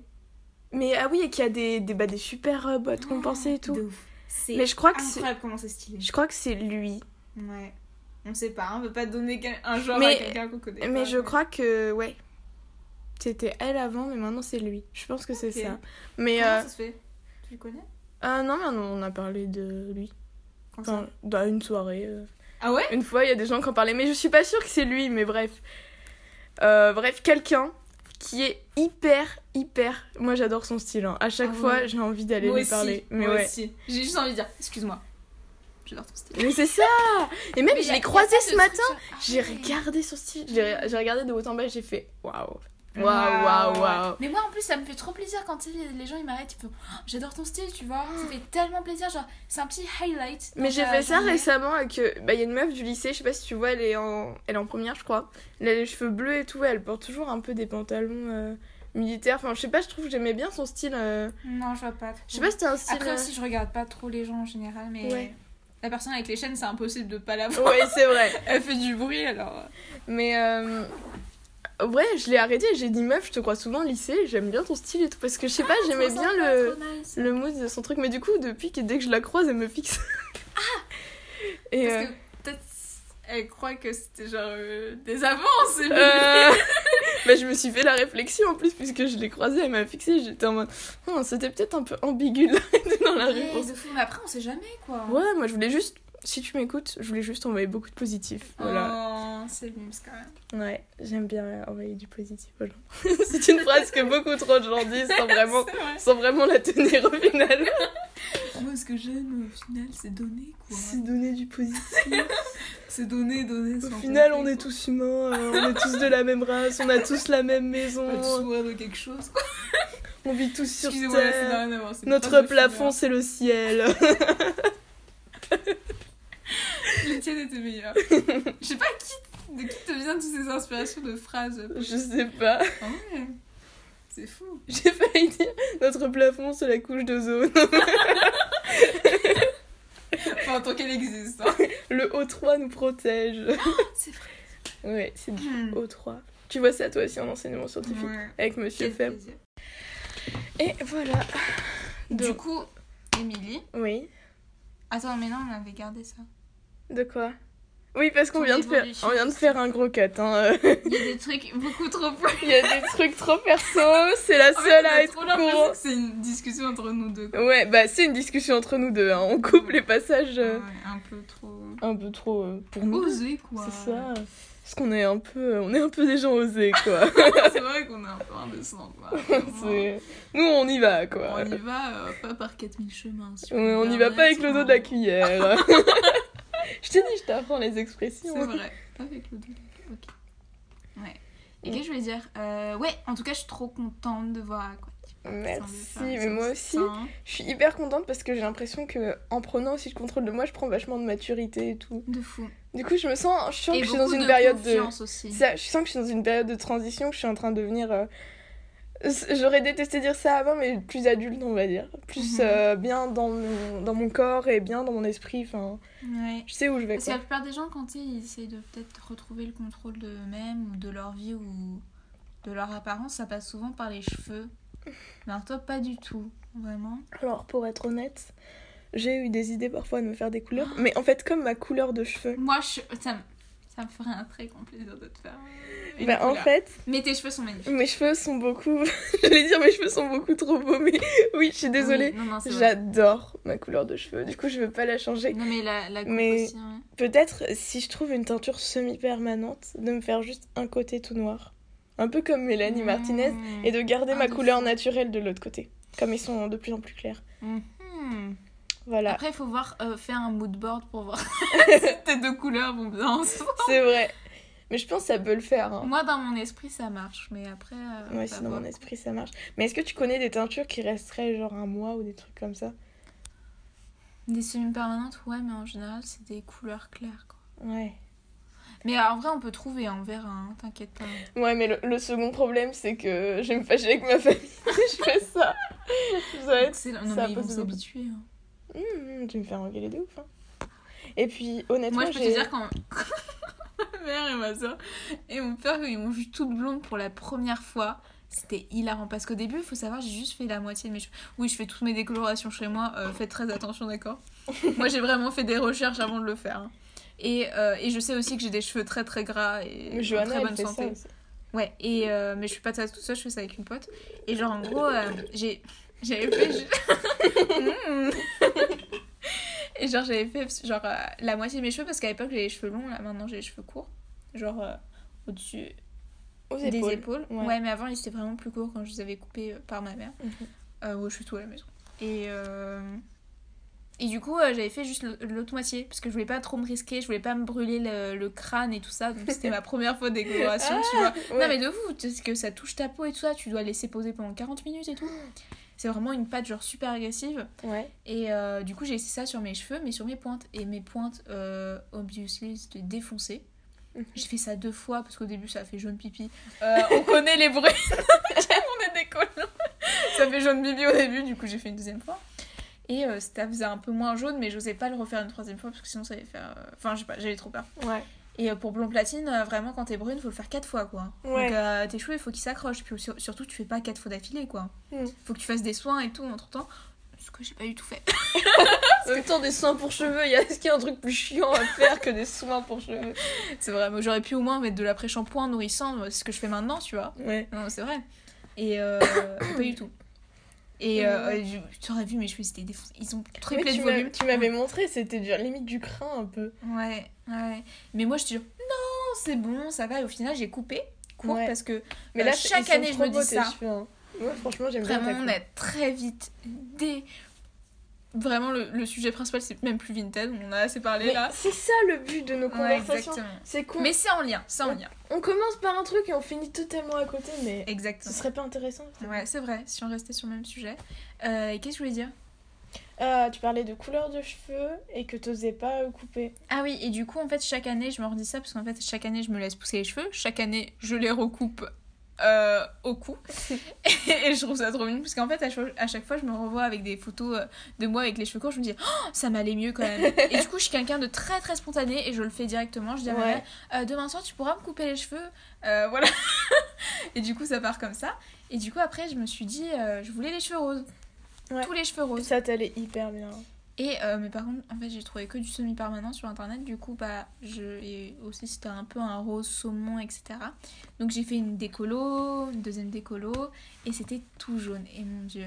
Speaker 1: Mais ah oui, et qu'il y a des, des, bah, des super euh, boîtes
Speaker 2: Oh,
Speaker 1: compensées et
Speaker 2: de
Speaker 1: tout.
Speaker 2: ouf. C'est
Speaker 1: Mais je crois que c'est.
Speaker 2: incroyable comment c'est stylé.
Speaker 1: Je crois que c'est lui.
Speaker 2: Ouais. On sait pas, hein, on veut pas donner quel- un genre
Speaker 1: Mais-
Speaker 2: à quelqu'un qu'on connaît.
Speaker 1: Mais
Speaker 2: pas,
Speaker 1: je crois que ouais. C'était elle avant, mais maintenant c'est lui. Je pense que c'est
Speaker 2: Ok.
Speaker 1: ça. Mais
Speaker 2: Comment
Speaker 1: euh,
Speaker 2: ça se fait Tu le connais
Speaker 1: ah non, mais on a parlé de lui
Speaker 2: Quand Ah, ça-
Speaker 1: Enfin, dans une soirée. euh.
Speaker 2: Ah ouais
Speaker 1: Une fois, il y a des gens qui en parlaient, mais je suis pas sûre que c'est lui. Mais bref, Euh, bref, quelqu'un qui est hyper, hyper. Moi, j'adore son style. hein. À chaque
Speaker 2: Ah
Speaker 1: fois,
Speaker 2: ouais.
Speaker 1: j'ai envie d'aller
Speaker 2: Moi
Speaker 1: lui
Speaker 2: aussi,
Speaker 1: parler. Mais
Speaker 2: moi
Speaker 1: ouais.
Speaker 2: aussi. J'ai juste envie de dire, excuse-moi. J'adore ton style.
Speaker 1: Mais c'est ça Et même,
Speaker 3: mais
Speaker 1: je
Speaker 3: y a- y a
Speaker 1: l'ai croisé
Speaker 3: pas de
Speaker 1: ce
Speaker 3: truc
Speaker 1: matin
Speaker 3: sur- Ah
Speaker 1: J'ai
Speaker 3: ouais.
Speaker 1: regardé son style, j'ai j'ai regardé de haut en bas, j'ai fait waouh Waouh, waouh,
Speaker 2: Ah,
Speaker 1: waouh
Speaker 3: Mais moi en plus ça me fait trop plaisir quand tu sais, les gens ils m'arrêtent, ils font Oh, j'adore ton style, tu vois, ça fait tellement plaisir, genre c'est un petit highlight.
Speaker 1: Mais
Speaker 3: dans
Speaker 2: euh,
Speaker 1: j'ai
Speaker 3: ta
Speaker 1: fait ça
Speaker 3: journée.
Speaker 1: récemment avec. euh, Bah, il y a une meuf du lycée, je sais pas si tu vois, elle est en, elle est en première, je crois. Elle a les cheveux bleus et tout, elle porte toujours un peu des pantalons euh, militaires. Enfin, je sais pas, je trouve que j'aimais bien son style. euh,
Speaker 2: Non, je vois pas. trop.
Speaker 1: Je sais pas si c'était un style.
Speaker 2: Après
Speaker 1: euh,
Speaker 2: aussi, je regarde pas trop les gens en général, mais
Speaker 1: Ouais.
Speaker 2: la personne avec les chaînes, c'est impossible de pas la voir.
Speaker 1: [laughs] Ouais, c'est vrai.
Speaker 2: Elle fait du bruit alors.
Speaker 1: Mais euh... ouais, je l'ai arrêté. J'ai dit meuf, je te crois souvent au lycée. J'aime bien ton style et tout parce que je sais
Speaker 3: Ah,
Speaker 1: pas, j'aimais
Speaker 3: Trop
Speaker 1: bien
Speaker 3: sympa,
Speaker 1: le
Speaker 3: trop nice.
Speaker 1: le mood de son truc. Mais du coup, depuis que dès que je la croise, elle me fixe. et
Speaker 2: Parce
Speaker 1: euh,
Speaker 2: que peut-être elle croit que c'était genre euh, des avances. mais-
Speaker 1: euh, [laughs] bah, je me suis fait la réflexion en plus puisque je l'ai croisée, elle m'a fixée. J'étais en mode, Hum, c'était peut-être un peu ambigu là, [laughs] dans la
Speaker 3: Ouais,
Speaker 1: réponse.
Speaker 3: de fou, mais après on sait jamais quoi.
Speaker 1: Ah, Ouais, moi je voulais juste, si tu m'écoutes, je voulais juste envoyer beaucoup de positif. Voilà.
Speaker 2: Oh, c'est mimes quand
Speaker 1: [laughs]
Speaker 2: même.
Speaker 1: Ouais, j'aime bien envoyer du positif aux gens. [laughs] C'est une phrase que beaucoup trop de gens disent sans vraiment,
Speaker 2: [laughs] C'est vrai.
Speaker 1: sans vraiment la tenir au final.
Speaker 2: Moi, ce que j'aime au final, c'est donner quoi.
Speaker 1: donner du positif.
Speaker 2: C'est donner, donner.
Speaker 1: Au final, on est tous humains, euh, on est tous de la même race,
Speaker 2: [laughs]
Speaker 1: on a tous la même maison,
Speaker 2: sourire de quelque chose quoi.
Speaker 1: on vit tous sur
Speaker 2: Excusez-moi, là, ça n'a
Speaker 1: terre.
Speaker 2: rien à voir, c'est hein. une
Speaker 1: Notre
Speaker 2: phrase de
Speaker 1: plafond, c'est le ciel. [laughs]
Speaker 2: fumeur. Les tiennes
Speaker 1: [laughs]
Speaker 2: étaient meilleures. Je sais pas qui, de qui te viennent toutes ces inspirations de phrases.
Speaker 1: Je sais pas. [laughs]
Speaker 2: Ah ouais. C'est fou.
Speaker 1: J'ai failli dire notre plafond c'est la couche d'ozone. [laughs]
Speaker 2: Enfin, tant qu'elle existe. hein.
Speaker 1: [laughs] Le O3 nous protège.
Speaker 2: [laughs] Oh,
Speaker 3: C'est vrai.
Speaker 1: Ouais, c'est du
Speaker 2: hein.
Speaker 1: O3. Tu vois ça toi aussi en enseignement scientifique
Speaker 2: Ouais.
Speaker 1: avec Monsieur
Speaker 2: Quel
Speaker 1: Feb.
Speaker 2: plaisir.
Speaker 1: Et voilà.
Speaker 2: Du
Speaker 1: Donc-
Speaker 2: coup, Émilie.
Speaker 1: Oui.
Speaker 2: Attends, mais non, on avait
Speaker 1: [laughs]
Speaker 2: gardé ça.
Speaker 1: De quoi Oui, parce qu'on
Speaker 2: Ton
Speaker 1: vient de faire,
Speaker 2: évolution.
Speaker 1: on vient de faire un gros cut. hein, [laughs] euh.
Speaker 2: Il y a des trucs beaucoup trop points.
Speaker 1: Il y a des trucs trop
Speaker 2: Ah,
Speaker 1: perso. C'est [laughs] la seule à être au courant.
Speaker 2: C'est une discussion entre nous deux. quoi.
Speaker 1: Ouais, bah c'est une discussion entre nous deux. hein. On coupe les passages euh,
Speaker 2: Ouais, un peu trop.
Speaker 1: un peu trop euh, pour nous. deux.
Speaker 2: Osé quoi.
Speaker 1: C'est ça. Parce qu'on est un peu, euh, on est un peu des gens osés quoi.
Speaker 2: [laughs] C'est vrai qu'on est un peu indécent quoi.
Speaker 1: [laughs] C'est- Nous on y va quoi.
Speaker 2: On y va euh, pas par 4000 chemins. hein. si
Speaker 1: Ouais,
Speaker 2: peux
Speaker 1: on
Speaker 2: me
Speaker 1: n'y va pas avec le
Speaker 2: permettre,
Speaker 1: dos de la
Speaker 2: on-
Speaker 1: cuillère. [laughs] je t'ai dit, je t'apprends les
Speaker 2: C'est
Speaker 1: expressions.
Speaker 2: vrai, pas avec le dos de la cuillère. Ok. Ouais. Et qu'est-ce que je voulais dire Euh, Ouais, en tout cas, je suis trop contente de voir à quoi tu
Speaker 1: Merci,
Speaker 2: ressembles,
Speaker 1: mais moi aussi,
Speaker 2: Hein.
Speaker 1: je suis hyper contente parce que j'ai l'impression que en prenant aussi le contrôle de moi, je prends vachement de maturité et tout.
Speaker 2: De fou.
Speaker 1: Du coup, je me sens, je sens
Speaker 2: Et
Speaker 1: que je suis
Speaker 2: beaucoup
Speaker 1: dans une
Speaker 2: de
Speaker 1: période de,
Speaker 2: confiance aussi.
Speaker 1: Ça, je sens que je suis dans une période de transition, que je suis en train de devenir. euh, c- J'aurais détesté dire ça avant, mais plus adulte, on va dire. Plus
Speaker 2: Mhm.
Speaker 1: euh, bien dans mon, dans mon corps et bien dans mon esprit. Enfin,
Speaker 2: Ouais.
Speaker 1: je sais où je vais.
Speaker 2: Parce que la
Speaker 1: Quoi.
Speaker 2: plupart des gens, quand tu sais, ils essayent de peut-être retrouver le contrôle d'eux-mêmes ou de leur vie ou de leur apparence, ça passe souvent par les cheveux. Mais alors toi, pas du tout, vraiment.
Speaker 1: Alors, pour être honnête, j'ai eu des idées parfois de me faire des couleurs,
Speaker 2: Oh.
Speaker 1: mais en fait, comme ma couleur de cheveux.
Speaker 2: Moi, je- ça, me- ça me ferait un très grand plaisir de te faire. euh, une
Speaker 1: Bah, en
Speaker 2: couleur.
Speaker 1: fait,
Speaker 2: Mais tes cheveux sont magnifiques.
Speaker 1: mes cheveux sont beaucoup. [laughs] J'allais dire mes cheveux sont beaucoup trop beaux, mais [laughs] oui, je suis désolée.
Speaker 2: Oui, non, non, c'est vrai.
Speaker 1: J'adore ma couleur de cheveux. Du coup, je veux pas la changer.
Speaker 2: Non, mais la, la coupe
Speaker 1: Mais-
Speaker 2: aussi, hein. ouais.
Speaker 1: Peut-être si je trouve une teinture semi-permanente, de me faire juste un côté tout noir. Un peu comme Mélanie Martinez,
Speaker 2: Mmh.
Speaker 1: et de garder
Speaker 2: Ah,
Speaker 1: ma
Speaker 2: de
Speaker 1: couleur
Speaker 2: fou.
Speaker 1: naturelle de l'autre côté. Comme ils sont de plus en plus clairs.
Speaker 2: Mhm.
Speaker 1: Voilà,
Speaker 2: Après, il faut voir, euh, faire un mood board pour
Speaker 1: [laughs]
Speaker 2: voir si tes deux couleurs vont bien ensemble.
Speaker 1: c'est vrai. Mais je pense que ça peut le faire. hein.
Speaker 2: Moi, dans mon esprit, ça marche, mais après. euh,
Speaker 1: ouais,
Speaker 2: faut
Speaker 1: c'est dans
Speaker 2: voir.
Speaker 1: mon esprit, ça marche. Mais est-ce que tu connais des teintures qui resteraient genre un mois ou des trucs comme ça
Speaker 2: Des semi-permanentes, ouais, mais en général, c'est des couleurs claires. Quoi.
Speaker 1: Ouais.
Speaker 2: Mais en vrai, on peut trouver, hein, on verra, hein, t'inquiète pas.
Speaker 1: Ouais, mais le, le second problème, c'est que je vais me fâcher avec ma famille [laughs] si je fais ça. Ça va être
Speaker 2: C'est- non,
Speaker 1: ça
Speaker 2: mais ils
Speaker 1: pose
Speaker 2: vont
Speaker 1: des-
Speaker 2: s'habituer. hein.
Speaker 1: Mmh, tu me fais engueuler de ouf. hein. Et puis, honnêtement,
Speaker 2: Moi, je peux te
Speaker 1: j'ai-
Speaker 2: dire [laughs] quand. ma mère et ma soeur et mon père, ils m'ont vu toute blonde pour la première fois. C'était hilarant parce qu'au début, il faut savoir, j'ai juste fait la moitié de mes cheveux. Oui, je fais toutes mes décolorations chez moi, euh, faites très
Speaker 1: [laughs]
Speaker 2: attention, d'accord Moi, j'ai vraiment fait des recherches avant de le faire. hein. Et, euh, et je sais aussi que j'ai des cheveux très très gras et euh,
Speaker 1: Mais Johanna,
Speaker 2: très
Speaker 1: elle
Speaker 2: bonne
Speaker 1: fait ça
Speaker 2: santé.
Speaker 1: aussi.
Speaker 2: Ouais, et euh, mais je fais pas ça toute seule, je fais ça avec une pote. Et genre, en gros, euh, j'ai j'avais fait. je- Mm. [laughs] et genre, j'avais fait genre, euh, la moitié de mes cheveux parce qu'à l'époque, j'avais les cheveux longs, là maintenant, j'ai les cheveux courts. Genre, euh, au-dessus
Speaker 1: Aux
Speaker 2: des
Speaker 1: épaules.
Speaker 2: épaules.
Speaker 1: ouais.
Speaker 2: Ouais. mais avant, ils étaient vraiment plus courts quand je les avais coupés euh, par ma mère.
Speaker 1: Mhm.
Speaker 2: Euh, ouais, je suis tout à la maison. Et. euh, Et du coup, euh, j'avais fait juste le- l'autre moitié, parce que je voulais pas trop me risquer, je voulais pas me brûler le, le crâne et tout ça, donc
Speaker 1: [laughs]
Speaker 2: c'était ma première fois de
Speaker 1: Ah,
Speaker 2: décoloration, tu vois.
Speaker 1: Ouais.
Speaker 2: Non mais de vous, parce que ça touche ta peau et tout ça, tu dois laisser poser pendant 40 minutes et tout. C'est vraiment une pâte genre super agressive.
Speaker 1: Ouais.
Speaker 2: Et euh, du coup j'ai essayé ça sur mes cheveux, mais sur mes pointes. Et mes pointes, euh, obviously, c'était défoncé.
Speaker 1: Mhm.
Speaker 2: J'ai fait ça deux fois parce qu'au début ça a fait jaune pipi. Euh, on connaît les bruits. [laughs] on est des colons. ça fait jaune pipi au début, du coup j'ai fait une deuxième fois. Et euh, ça faisait un peu moins jaune, mais j'osais pas le refaire une troisième fois parce que sinon ça allait faire. euh, Enfin, je sais pas, j'avais trop peur.
Speaker 1: Ouais.
Speaker 2: Et euh, pour blond platine, euh, vraiment, quand t'es brune, faut le faire 4 fois, quoi.
Speaker 1: Ouais.
Speaker 2: Donc euh, tes cheveux, il faut qu'ils s'accrochent. Puis sur- surtout, tu fais pas 4 fois d'affilée, quoi.
Speaker 1: Mm.
Speaker 2: Faut que tu fasses des soins et tout entre temps. Ce que j'ai pas du tout fait. [laughs]
Speaker 1: En même temps, des soins pour cheveux, y a- est-ce qu'il y a un truc plus chiant à faire que des soins pour cheveux
Speaker 2: C'est vrai, mais j'aurais pu au moins mettre de l'après-shampoing nourrissant, euh, ce que je fais maintenant, tu vois.
Speaker 1: Ouais.
Speaker 2: Non, c'est vrai. Et euh, [coughs] pas du tout. Et euh, euh, je- tu aurais vu mes cheveux, c'était défoncés. Ils ont triplé
Speaker 1: Mm. tu
Speaker 2: de
Speaker 1: m'as-
Speaker 2: volume.
Speaker 1: tu m'avais montré, c'était du- limite du crin un peu.
Speaker 2: Ouais, ouais. Mais moi, je te dis, non, c'est bon, ça va. Et au final, j'ai coupé court
Speaker 1: Ouais.
Speaker 2: parce que
Speaker 1: Mais
Speaker 2: Euh,
Speaker 1: là,
Speaker 2: chaque
Speaker 1: ils sont
Speaker 2: année, je
Speaker 1: trop
Speaker 2: me
Speaker 1: beaux,
Speaker 2: dis
Speaker 1: tes
Speaker 2: ça.
Speaker 1: cheveux, hein. Moi, franchement, j'aime bien ta
Speaker 2: Vraiment, on
Speaker 1: coupe.
Speaker 2: a très vite dé. Vraiment, le, le sujet principal, c'est même plus Vinted. On en a assez parlé
Speaker 1: Mais
Speaker 2: là.
Speaker 1: C'est ça le but de nos
Speaker 2: Ouais,
Speaker 1: conversations.
Speaker 2: exactement.
Speaker 1: c'est qu'on
Speaker 2: Mais c'est en lien, c'est en lien.
Speaker 1: on commence par un truc et on finit totalement à côté, mais ce
Speaker 2: Exactement.
Speaker 1: serait pas intéressant.
Speaker 2: Ouais, c'est vrai, si on restait sur le même sujet. Euh, et qu'est-ce que je voulais dire
Speaker 1: Euh, tu parlais de couleur de cheveux et que t'osais pas euh, couper.
Speaker 2: Ah oui, et du coup, en fait, chaque année, je me redis ça parce qu'en fait, chaque année, je me laisse pousser les cheveux. Chaque année, je les recoupe euh,
Speaker 1: [laughs]
Speaker 2: au cou. et je trouve ça trop mignon parce qu'en fait, à, cho- à chaque fois, je me revois avec des photos euh, de moi avec les cheveux courts. Je me dis, Oh, ça m'allait mieux
Speaker 1: [laughs]
Speaker 2: quand même. et du coup, je suis quelqu'un de très très spontané et je le fais directement. Je dis à ma
Speaker 1: Ouais.
Speaker 2: mère, Euh, demain soir, tu pourras me couper les cheveux. Euh, voilà. [laughs] et du coup, ça part comme ça. Et du coup, après, je me suis dit, euh, je voulais les cheveux roses.
Speaker 1: Ouais.
Speaker 2: Tous les cheveux roses.
Speaker 1: Ça t'allait hyper bien.
Speaker 2: Et euh, mais par contre, en fait, j'ai trouvé que du semi-permanent sur internet. Du coup, bah, je et aussi c'était un peu un rose saumon, etc. Donc j'ai fait une décolo, une deuxième décolo, et c'était tout jaune. Et mon dieu,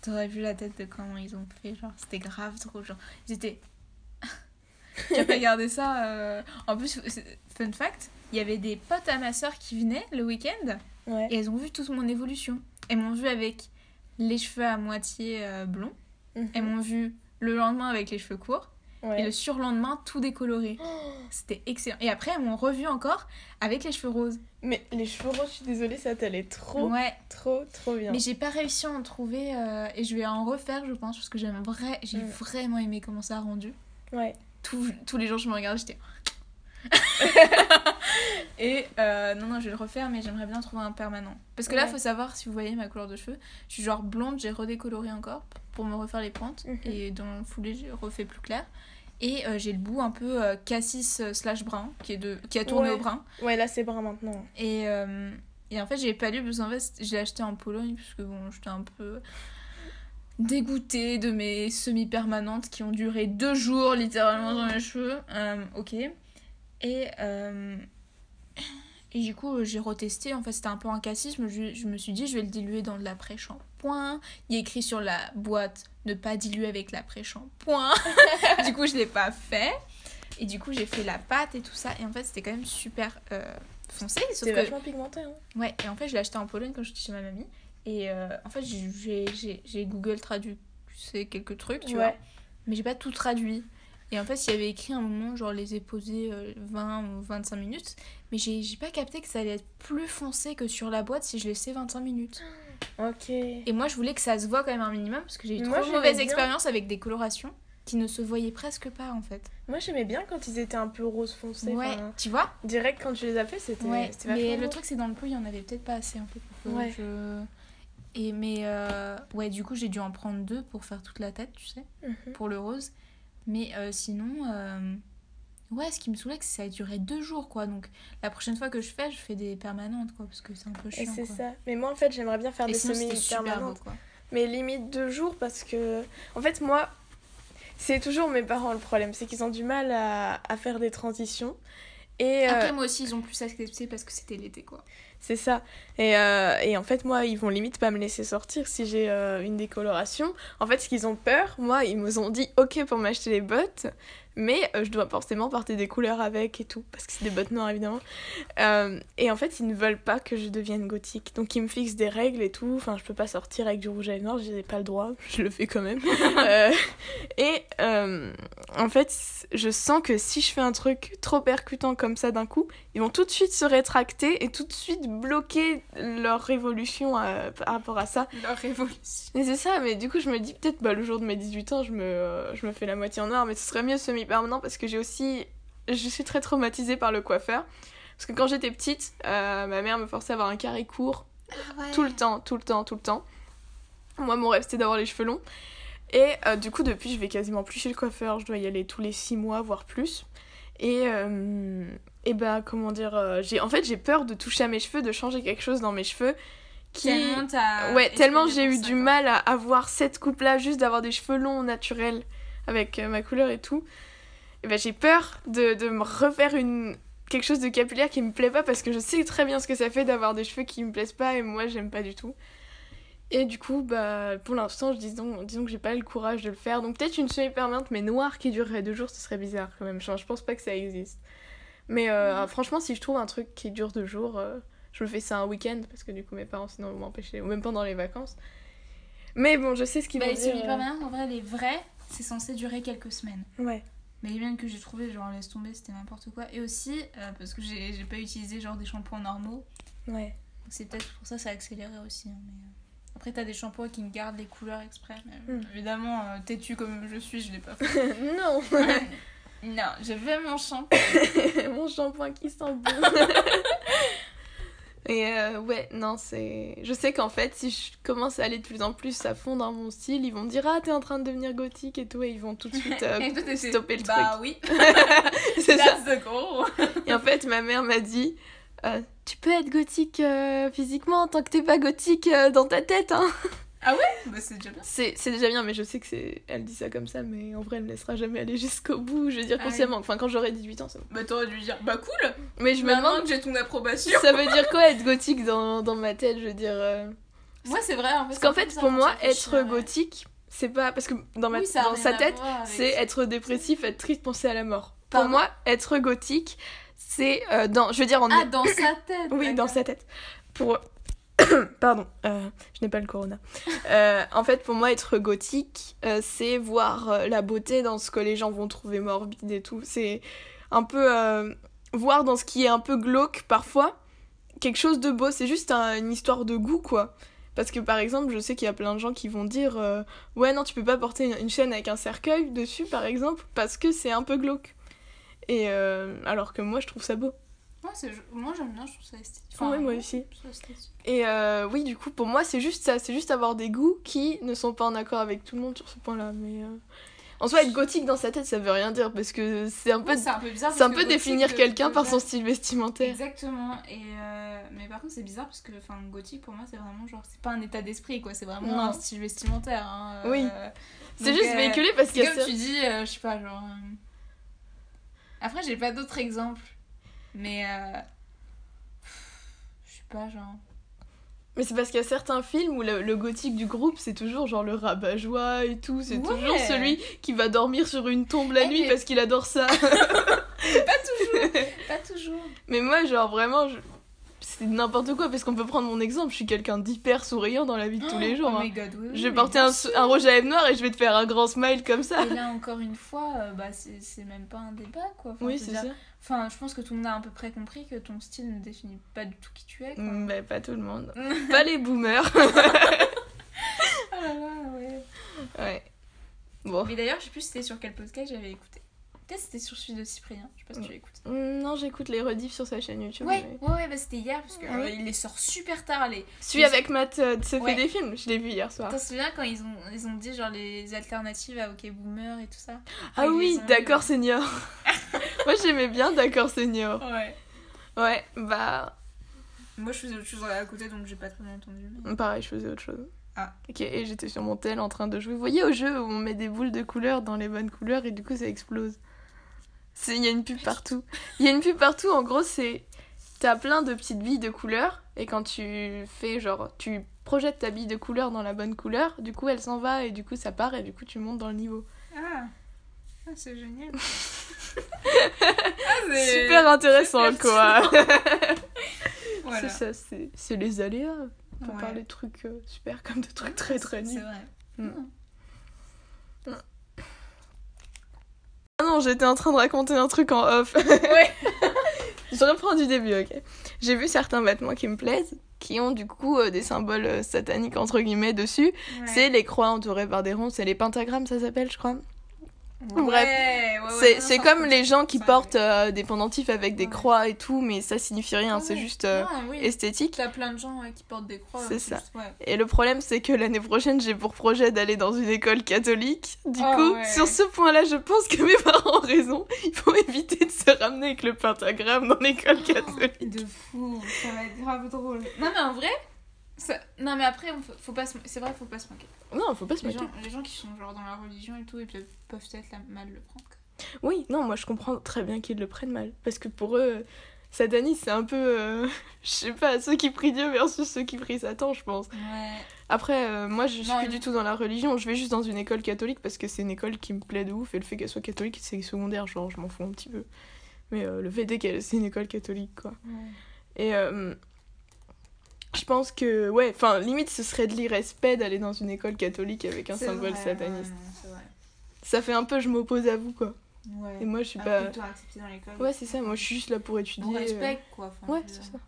Speaker 2: t'aurais vu la tête de comment ils ont fait, genre c'était grave trop genre. [laughs] J'étais. J'ai regardé ça. euh, En plus, c'est- fun fact, il y avait des potes à ma sœur qui venaient le week-end.
Speaker 1: Ouais.
Speaker 2: Et elles ont vu toute mon évolution. Elles m'ont vu avec les cheveux à moitié euh, blonds.
Speaker 1: Mhm.
Speaker 2: Elles m'ont vu le lendemain avec les cheveux courts. Et
Speaker 1: Ouais. Oh.
Speaker 2: le surlendemain,
Speaker 1: [gasps]
Speaker 2: tout décoloré. C'était excellent. Et après, elles m'ont revu encore avec les cheveux roses.
Speaker 1: Mais les cheveux roses, je suis désolée, ça t'allait trop,
Speaker 2: ouais.
Speaker 1: trop, trop Oh. bien.
Speaker 2: Mais j'ai pas réussi à en trouver. euh, et je vais en refaire, je pense, parce que j'aime vrai... j'ai
Speaker 1: Mm.
Speaker 2: vraiment aimé comment ça a rendu.
Speaker 1: Ouais.
Speaker 2: Tous- tous les jours, je me regardais,
Speaker 1: [laughs]
Speaker 2: j'étais. et euh, non, non, je vais le refaire, mais j'aimerais bien trouver un permanent. Parce que là,
Speaker 1: Ouais.
Speaker 2: faut savoir si vous voyez ma couleur de cheveux. Je suis genre blonde, j'ai redécoloré encore pour me refaire les pointes.
Speaker 1: Mhm.
Speaker 2: Et dans le foulé, j'ai refait plus clair. Et euh, j'ai le bout un peu euh, cassis euh, slash brun, qui, est de... qui a tourné
Speaker 1: Ouais.
Speaker 2: au brun.
Speaker 1: Ouais, là, c'est brun maintenant.
Speaker 2: Et, euh, et en fait, j'ai pas lu parce qu'en fait, c'était- je l'ai acheté en Pologne parce que bon, j'étais un peu dégoûtée de mes semi-permanentes qui ont duré deux jours littéralement dans mes cheveux. Euh, ok. Et, euh, et du coup, j'ai retesté. En fait, c'était un peu un cassis. Je, me suis- je me suis dit, je vais le diluer dans de l'après-shampoing. Il est écrit sur la boîte ne pas diluer avec l'après-shampoing. [laughs] du coup, je l'ai pas fait. Et du coup, j'ai fait la pâte et tout ça. Et en fait, c'était quand même super euh, foncé. Sauf
Speaker 1: C'est
Speaker 2: que
Speaker 1: vachement pigmenté. Hein.
Speaker 2: Ouais, et en fait, je l'ai acheté en Pologne quand j'étais chez ma mamie. Et euh, en fait, j'ai- j'ai- j'ai j'ai Google traduit tu sais, quelques trucs, tu vois.
Speaker 1: ouais.
Speaker 2: Mais j'ai pas tout traduit. Et en fait, il y avait écrit un moment, genre les époser euh, 20 ou 25 minutes. Mais j'ai j'ai pas capté que ça allait être plus foncé que sur la boîte si je laissais 25 minutes.
Speaker 1: Ok.
Speaker 2: Et moi, je voulais que ça se voit quand même un minimum parce que j'ai eu
Speaker 1: Mais
Speaker 2: trop
Speaker 1: moi,
Speaker 2: de
Speaker 1: j'aimais
Speaker 2: mauvaises
Speaker 1: bien.
Speaker 2: expériences avec des colorations qui ne se voyaient presque pas en fait.
Speaker 1: Moi, j'aimais bien quand ils étaient un peu rose foncé.
Speaker 2: Ouais,
Speaker 1: enfin,
Speaker 2: tu vois
Speaker 1: direct, quand tu les as fait, c'était
Speaker 2: Ouais,
Speaker 1: c'était vachement
Speaker 2: mais
Speaker 1: beau.
Speaker 2: le truc c'est dans le pot, il y en avait peut-être pas assez un peu pour que
Speaker 1: Ouais.
Speaker 2: je- Et mais euh, ouais, du coup j'ai dû en prendre deux pour faire toute la tête, tu sais,
Speaker 1: Mhm.
Speaker 2: pour le rose. Mais euh, sinon, euh, ouais, ce qui me saoulait, c'est que ça a duré deux jours quoi. Donc la prochaine fois que je fais, je fais des permanentes quoi, parce que c'est un peu
Speaker 1: Et
Speaker 2: chiant.
Speaker 1: c'est
Speaker 2: quoi.
Speaker 1: ça. Mais moi, en fait, j'aimerais bien faire
Speaker 2: Et
Speaker 1: des
Speaker 2: sinon, c'était super beau,
Speaker 1: semi-permanentes.
Speaker 2: quoi.
Speaker 1: Mais limite deux jours parce que. En fait, moi, c'est toujours mes parents le problème. C'est qu'ils ont du mal à, à faire des transitions. Et euh,
Speaker 2: Après, moi aussi, ils ont plus accepté parce que c'était l'été quoi.
Speaker 1: c'est ça. Et, euh, et en fait, moi, ils vont limite pas me laisser sortir si j'ai euh, une décoloration. En fait, ce qu'ils ont peur, moi, ils me ont dit OK pour m'acheter les bottes, mais euh, je dois forcément porter des couleurs avec et tout, parce que c'est des bottes noires évidemment. Euh, et en fait, ils ne veulent pas que je devienne gothique. Donc, ils me fixent des règles et tout. Enfin, je peux pas sortir avec du rouge à lèvres, j'ai pas le droit, [laughs] je le fais quand même. Euh, et euh, en fait, je sens que si je fais un truc trop percutant comme ça d'un coup, ils vont tout de suite se rétracter et tout de suite bloquer leur révolution euh, par rapport à ça.
Speaker 2: Leur révolution.
Speaker 1: Mais c'est ça, mais du coup, je me dis peut-être bah, le jour de mes 18 ans, je me, euh, je me fais la moitié en noir, mais ce serait mieux semi-permanent parce que j'ai aussi. Je suis très traumatisée par le coiffeur. Parce que quand j'étais petite, euh, ma mère me forçait à avoir un carré court tout le temps, tout le temps, tout le temps. Moi, mon rêve, c'était d'avoir les cheveux longs. Et euh, du coup, depuis, je vais quasiment plus chez le coiffeur. Je dois y aller tous les six mois, voire plus. Et, euh, et bah, comment dire, euh, j'ai, en fait, j'ai peur de toucher à mes cheveux, de changer quelque chose dans mes cheveux. Qui...
Speaker 2: Tellement t'as
Speaker 1: ouais, tellement
Speaker 2: espéré
Speaker 1: j'ai
Speaker 2: pour
Speaker 1: eu
Speaker 2: ça,
Speaker 1: du
Speaker 2: quoi.
Speaker 1: mal à avoir cette coupe-là, juste d'avoir des cheveux longs, naturels, avec euh, ma couleur et tout. Et ben, j'ai peur de, de me refaire une... quelque chose de capillaire qui me plaît pas parce que je sais très bien ce que ça fait d'avoir des cheveux qui me plaisent pas et moi j'aime pas du tout. Et du coup, bah, pour l'instant, je dis donc, disons que j'ai pas le courage de le faire. Donc peut-être une semi-permanente, mais noire qui durerait deux jours, ce serait bizarre quand même. Enfin, je pense pas que ça existe. Mais
Speaker 2: Mm.
Speaker 1: euh, franchement, si je trouve un truc qui dure deux jours, euh, je me fais ça un week-end parce que du coup mes parents sinon vont m'empêcher, ou même pendant les vacances. Mais bon, je sais ce qu'ils
Speaker 2: Bah,
Speaker 1: vont
Speaker 2: les
Speaker 1: dire.
Speaker 2: semi-permanentes, en vrai, les vrais, c'est censé durer quelques semaines.
Speaker 1: euh, Ouais.
Speaker 2: Mais les miennes que j'ai trouvées, genre laisse tomber, c'était n'importe quoi. Et aussi, euh, parce que j'ai j'ai pas utilisé genre des shampoings normaux, [laughs]
Speaker 1: Ouais. [laughs]
Speaker 2: donc c'est peut-être pour ça que ça a accéléré aussi. hein, mais, euh. Après, t'as des shampoings qui me gardent les couleurs exprès. mais, euh,
Speaker 1: Hmm.
Speaker 2: Évidemment, euh, têtu comme je suis, je l'ai pas fait.
Speaker 1: non,
Speaker 2: [laughs] non, j'avais mon shampoing.
Speaker 3: [laughs]
Speaker 1: mon shampoing qui sent bon. Mais euh, ouais, non, c'est. Je sais qu'en fait, si je commence à aller de plus en plus à fond dans mon style, ils vont me dire Ah, t'es en train de devenir gothique et tout, et ils vont tout de
Speaker 3: [laughs]
Speaker 1: suite euh,
Speaker 2: Et toi, t'es-
Speaker 1: stopper le
Speaker 2: Bah oui,
Speaker 1: truc. [laughs] c'est ça.
Speaker 2: that's the goal. [laughs]
Speaker 1: Et en fait, ma mère m'a dit Euh, Tu peux être gothique euh, physiquement tant que t'es pas gothique euh, dans ta tête, hein.
Speaker 2: Bah, c'est déjà bien.
Speaker 1: C'est c'est déjà bien, mais je sais que c'est. Elle dit ça comme ça, mais en vrai, elle ne laissera jamais aller jusqu'au bout, je veux dire
Speaker 3: Ah oui.
Speaker 1: consciemment. Enfin, quand j'aurai 18 ans, ça va.
Speaker 2: Bah, t'aurais dû lui dire, bah cool,
Speaker 1: Mais je me
Speaker 2: maintenant
Speaker 1: demande
Speaker 2: que j'ai ton approbation.
Speaker 1: Ça veut dire quoi être gothique dans, dans ma tête, je veux dire. euh,
Speaker 2: [laughs] Moi, c'est vrai, en
Speaker 1: Parce
Speaker 2: fait. c'est
Speaker 1: qu'en
Speaker 2: un peu
Speaker 1: fait,
Speaker 2: ça
Speaker 1: pour
Speaker 2: quand
Speaker 1: moi,
Speaker 2: tu réfléchis,
Speaker 1: être
Speaker 2: ouais.
Speaker 1: gothique, c'est pas. Parce que dans, ma...
Speaker 2: Oui, ça a
Speaker 1: dans
Speaker 2: rien
Speaker 1: sa
Speaker 2: à
Speaker 1: tête,
Speaker 2: voir avec-
Speaker 1: c'est être dépressif, être triste, penser à la mort.
Speaker 2: Pardon
Speaker 1: pour moi, être gothique, c'est. euh, dans... Je veux dire, en.
Speaker 2: Ah, dans sa tête.
Speaker 1: [laughs] oui, dans
Speaker 2: d'accord.
Speaker 1: sa tête. Pour. [coughs] Pardon, euh, je n'ai pas le corona. Euh, en fait, pour moi, être gothique, euh, c'est voir euh, la beauté dans ce que les gens vont trouver morbide et tout. C'est un peu euh, voir dans ce qui est un peu glauque parfois quelque chose de beau. C'est juste un- une histoire de goût, quoi. Parce que par exemple, je sais qu'il y a plein de gens qui vont dire euh, Ouais, non, tu peux pas porter une, une chaîne avec un cercueil dessus, par exemple, parce que c'est un peu glauque. Et euh, alors que moi, je trouve ça beau.
Speaker 2: Moi, c'est- moi, j'aime bien, je trouve ça esthétique.
Speaker 1: Ouais, moi aussi.
Speaker 2: je trouve ça esthétique.
Speaker 1: Et euh, oui, du coup, pour moi, c'est juste ça. C'est juste avoir des goûts qui ne sont pas en accord avec tout le monde sur ce point-là. Mais euh, en soi, être gothique dans sa tête, ça veut rien dire parce que c'est un peu,
Speaker 2: Ouais, c'est un peu bizarre.
Speaker 1: c'est
Speaker 2: parce
Speaker 1: un
Speaker 2: que
Speaker 1: peu
Speaker 2: gothique,
Speaker 1: définir
Speaker 2: euh,
Speaker 1: quelqu'un
Speaker 2: tu
Speaker 1: par
Speaker 2: peux
Speaker 1: son
Speaker 2: pas-
Speaker 1: style vestimentaire.
Speaker 2: Exactement. Et euh, mais par contre, c'est bizarre parce que, enfin, gothique pour moi, c'est vraiment genre, c'est pas un état d'esprit quoi, c'est vraiment
Speaker 1: Non.
Speaker 2: un style vestimentaire. hein, euh,
Speaker 1: Oui. C'est
Speaker 2: donc,
Speaker 1: juste
Speaker 2: euh,
Speaker 1: véhiculé parce
Speaker 2: c'est
Speaker 1: que
Speaker 2: Comme tu dis, euh, je sais pas, genre. euh, Après, j'ai pas d'autres exemples, mais euh, je sais
Speaker 1: [laughs]
Speaker 2: pas, genre.
Speaker 1: mais c'est parce qu'il y a certains films où le, le gothique du groupe, c'est toujours genre le rabat-joie et tout. C'est
Speaker 2: Ouais.
Speaker 1: toujours celui qui va dormir sur une tombe la
Speaker 2: Eh,
Speaker 1: nuit
Speaker 2: mais-
Speaker 1: parce qu'il adore
Speaker 2: [laughs]
Speaker 1: ça. [laughs]
Speaker 2: Pas toujours.
Speaker 1: Mais moi, genre vraiment, je- c'est n'importe quoi parce qu'on peut prendre mon exemple. Je suis quelqu'un d'hyper souriant dans la vie de tous les jours.
Speaker 2: Oh
Speaker 1: hein.
Speaker 2: my god, oui. oui,
Speaker 1: Je vais
Speaker 2: mais
Speaker 1: porter
Speaker 2: bien
Speaker 1: un,
Speaker 2: sûr.
Speaker 1: un rouge à lèvres noir et je vais te faire un grand smile comme ça.
Speaker 2: Et là encore une fois, euh, bah c'est c'est même pas un débat quoi. Enfin,
Speaker 1: Oui,
Speaker 2: je veux
Speaker 1: c'est
Speaker 2: dire,
Speaker 1: ça.
Speaker 2: Enfin, je pense que tout le monde a à peu près compris que ton style ne définit pas du tout qui tu es. Quoi.
Speaker 1: Mais Mm, bah, pas tout le monde. [laughs] pas les boomers.
Speaker 2: [laughs] Ah là là, ouais.
Speaker 1: Ouais. Bon.
Speaker 2: Mais d'ailleurs, je sais plus si c'était sur quel podcast j'avais écouté. Peut-être c'était sur celui de Cyprien, je sais pas si tu l'as écouté.
Speaker 1: Mm, Non, j'écoute les rediffs sur sa chaîne YouTube.
Speaker 2: Ouais,
Speaker 1: mais-
Speaker 2: ouais, ouais, bah c'était hier parce que
Speaker 1: Ah oui.
Speaker 2: euh, il les sort super tard les.
Speaker 1: Celui avec Matt euh, se fait
Speaker 2: Ouais.
Speaker 1: des films, je l'ai vu hier soir.
Speaker 2: T'en souviens quand ils ont ils ont dit genre les alternatives à OK Boomer et tout ça
Speaker 1: Ah
Speaker 2: ils les
Speaker 1: oui,
Speaker 2: ont
Speaker 1: d'accord senior.
Speaker 2: [laughs]
Speaker 1: Moi j'aimais bien d'accord senior.
Speaker 2: Ouais.
Speaker 1: Ouais, bah
Speaker 2: Moi je faisais autre chose à côté donc j'ai pas trop entendu. mais-
Speaker 1: pareil, je faisais autre chose.
Speaker 2: Ah.
Speaker 1: Ok, et j'étais sur mon tel en train de jouer. Vous voyez au jeu où on met des boules de couleur dans les bonnes couleurs et du coup ça explose. C'est- Il y a une pub partout. Il y a une pub partout, en gros, c'est. T'as plein de petites billes de couleur et quand tu fais genre. Tu projettes ta bille de couleur dans la bonne couleur, du coup elle s'en va et du coup ça part et du coup tu montes dans le niveau.
Speaker 2: Ah, Ah, c'est [laughs] génial. Ah, c'est-
Speaker 1: Super intéressant quoi! [laughs]
Speaker 2: Voilà.
Speaker 1: C'est ça, c'est- c'est les aléas. On peut
Speaker 2: Ouais.
Speaker 1: parler de trucs euh, super comme de trucs très très
Speaker 2: C'est
Speaker 1: nuls.
Speaker 2: vrai.
Speaker 1: Ah non, j'étais en train de raconter un truc en off.
Speaker 2: [laughs] Ouais.
Speaker 1: [laughs] Je reprends du début, ok. J'ai vu certains vêtements qui me plaisent, qui ont du coup euh, des symboles euh, sataniques entre guillemets dessus.
Speaker 2: Ouais.
Speaker 1: C'est les croix entourées par des ronds, c'est les pentagrammes, ça s'appelle, je crois.
Speaker 2: Ouais,
Speaker 1: Bref,
Speaker 2: ouais, ouais,
Speaker 1: c'est
Speaker 2: non,
Speaker 1: c'est
Speaker 2: non,
Speaker 1: comme
Speaker 2: ça-
Speaker 1: les gens qui
Speaker 2: ça-
Speaker 1: portent euh, des pendentifs avec des
Speaker 2: Ouais.
Speaker 1: croix et tout, mais ça signifie rien,
Speaker 2: Ouais,
Speaker 1: c'est
Speaker 2: ouais.
Speaker 1: juste euh,
Speaker 2: Non, oui.
Speaker 1: esthétique.
Speaker 2: T'as plein de gens ouais, qui portent des croix.
Speaker 1: C'est
Speaker 2: euh,
Speaker 1: ça.
Speaker 2: juste, ouais.
Speaker 1: Et le problème, c'est que l'année prochaine, j'ai pour projet d'aller dans une école catholique. Du
Speaker 2: Ah
Speaker 1: coup,
Speaker 2: ouais.
Speaker 1: sur ce point-là, je pense que mes parents ont raison. Il faut [laughs] éviter de se ramener avec le pentagramme dans l'école catholique.
Speaker 2: De fou, ça va être grave drôle. Non mais en vrai, ça- non mais après, on faut, faut pas se... c'est vrai, faut pas se moquer.
Speaker 1: Non, faut pas se
Speaker 2: Les
Speaker 1: moquer.
Speaker 2: gens, les gens qui sont genre dans la religion et tout, ils peuvent peuvent peut-être la- mal le prendre. quoi.
Speaker 1: Oui, non, moi je comprends très bien qu'ils le prennent mal. Parce que pour eux, satanisme, c'est un peu. euh, [laughs] je sais pas, ceux qui prient Dieu versus ceux qui prient Satan, je pense.
Speaker 2: Ouais.
Speaker 1: Après, euh, moi je suis
Speaker 2: Non,
Speaker 1: plus
Speaker 2: mais-
Speaker 1: du tout dans la religion. Je vais juste dans une école catholique parce que c'est une école qui me plaît de ouf. Et le fait qu'elle soit catholique, c'est secondaire. Genre, je m'en fous un petit peu. Mais euh, le fait est qu'elle c'est une école catholique, quoi. Et euh, je pense que, ouais, enfin, limite, ce serait de l'irrespect d'aller dans une école catholique avec un
Speaker 2: C'est
Speaker 1: symbole
Speaker 2: vrai,
Speaker 1: sataniste.
Speaker 2: ouais, non, c'est vrai.
Speaker 1: Ça fait un peu, je m'oppose à vous, quoi.
Speaker 2: Ouais.
Speaker 1: Et moi, je suis
Speaker 2: Alors
Speaker 1: pas.
Speaker 2: que toi, accepté dans l'école.
Speaker 1: Ouais, c'est ça, moi, je suis juste là pour étudier.
Speaker 2: On
Speaker 1: euh,
Speaker 2: respecte quoi. enfin,
Speaker 1: Ouais,
Speaker 2: je veux
Speaker 1: c'est
Speaker 2: dire.
Speaker 1: ça.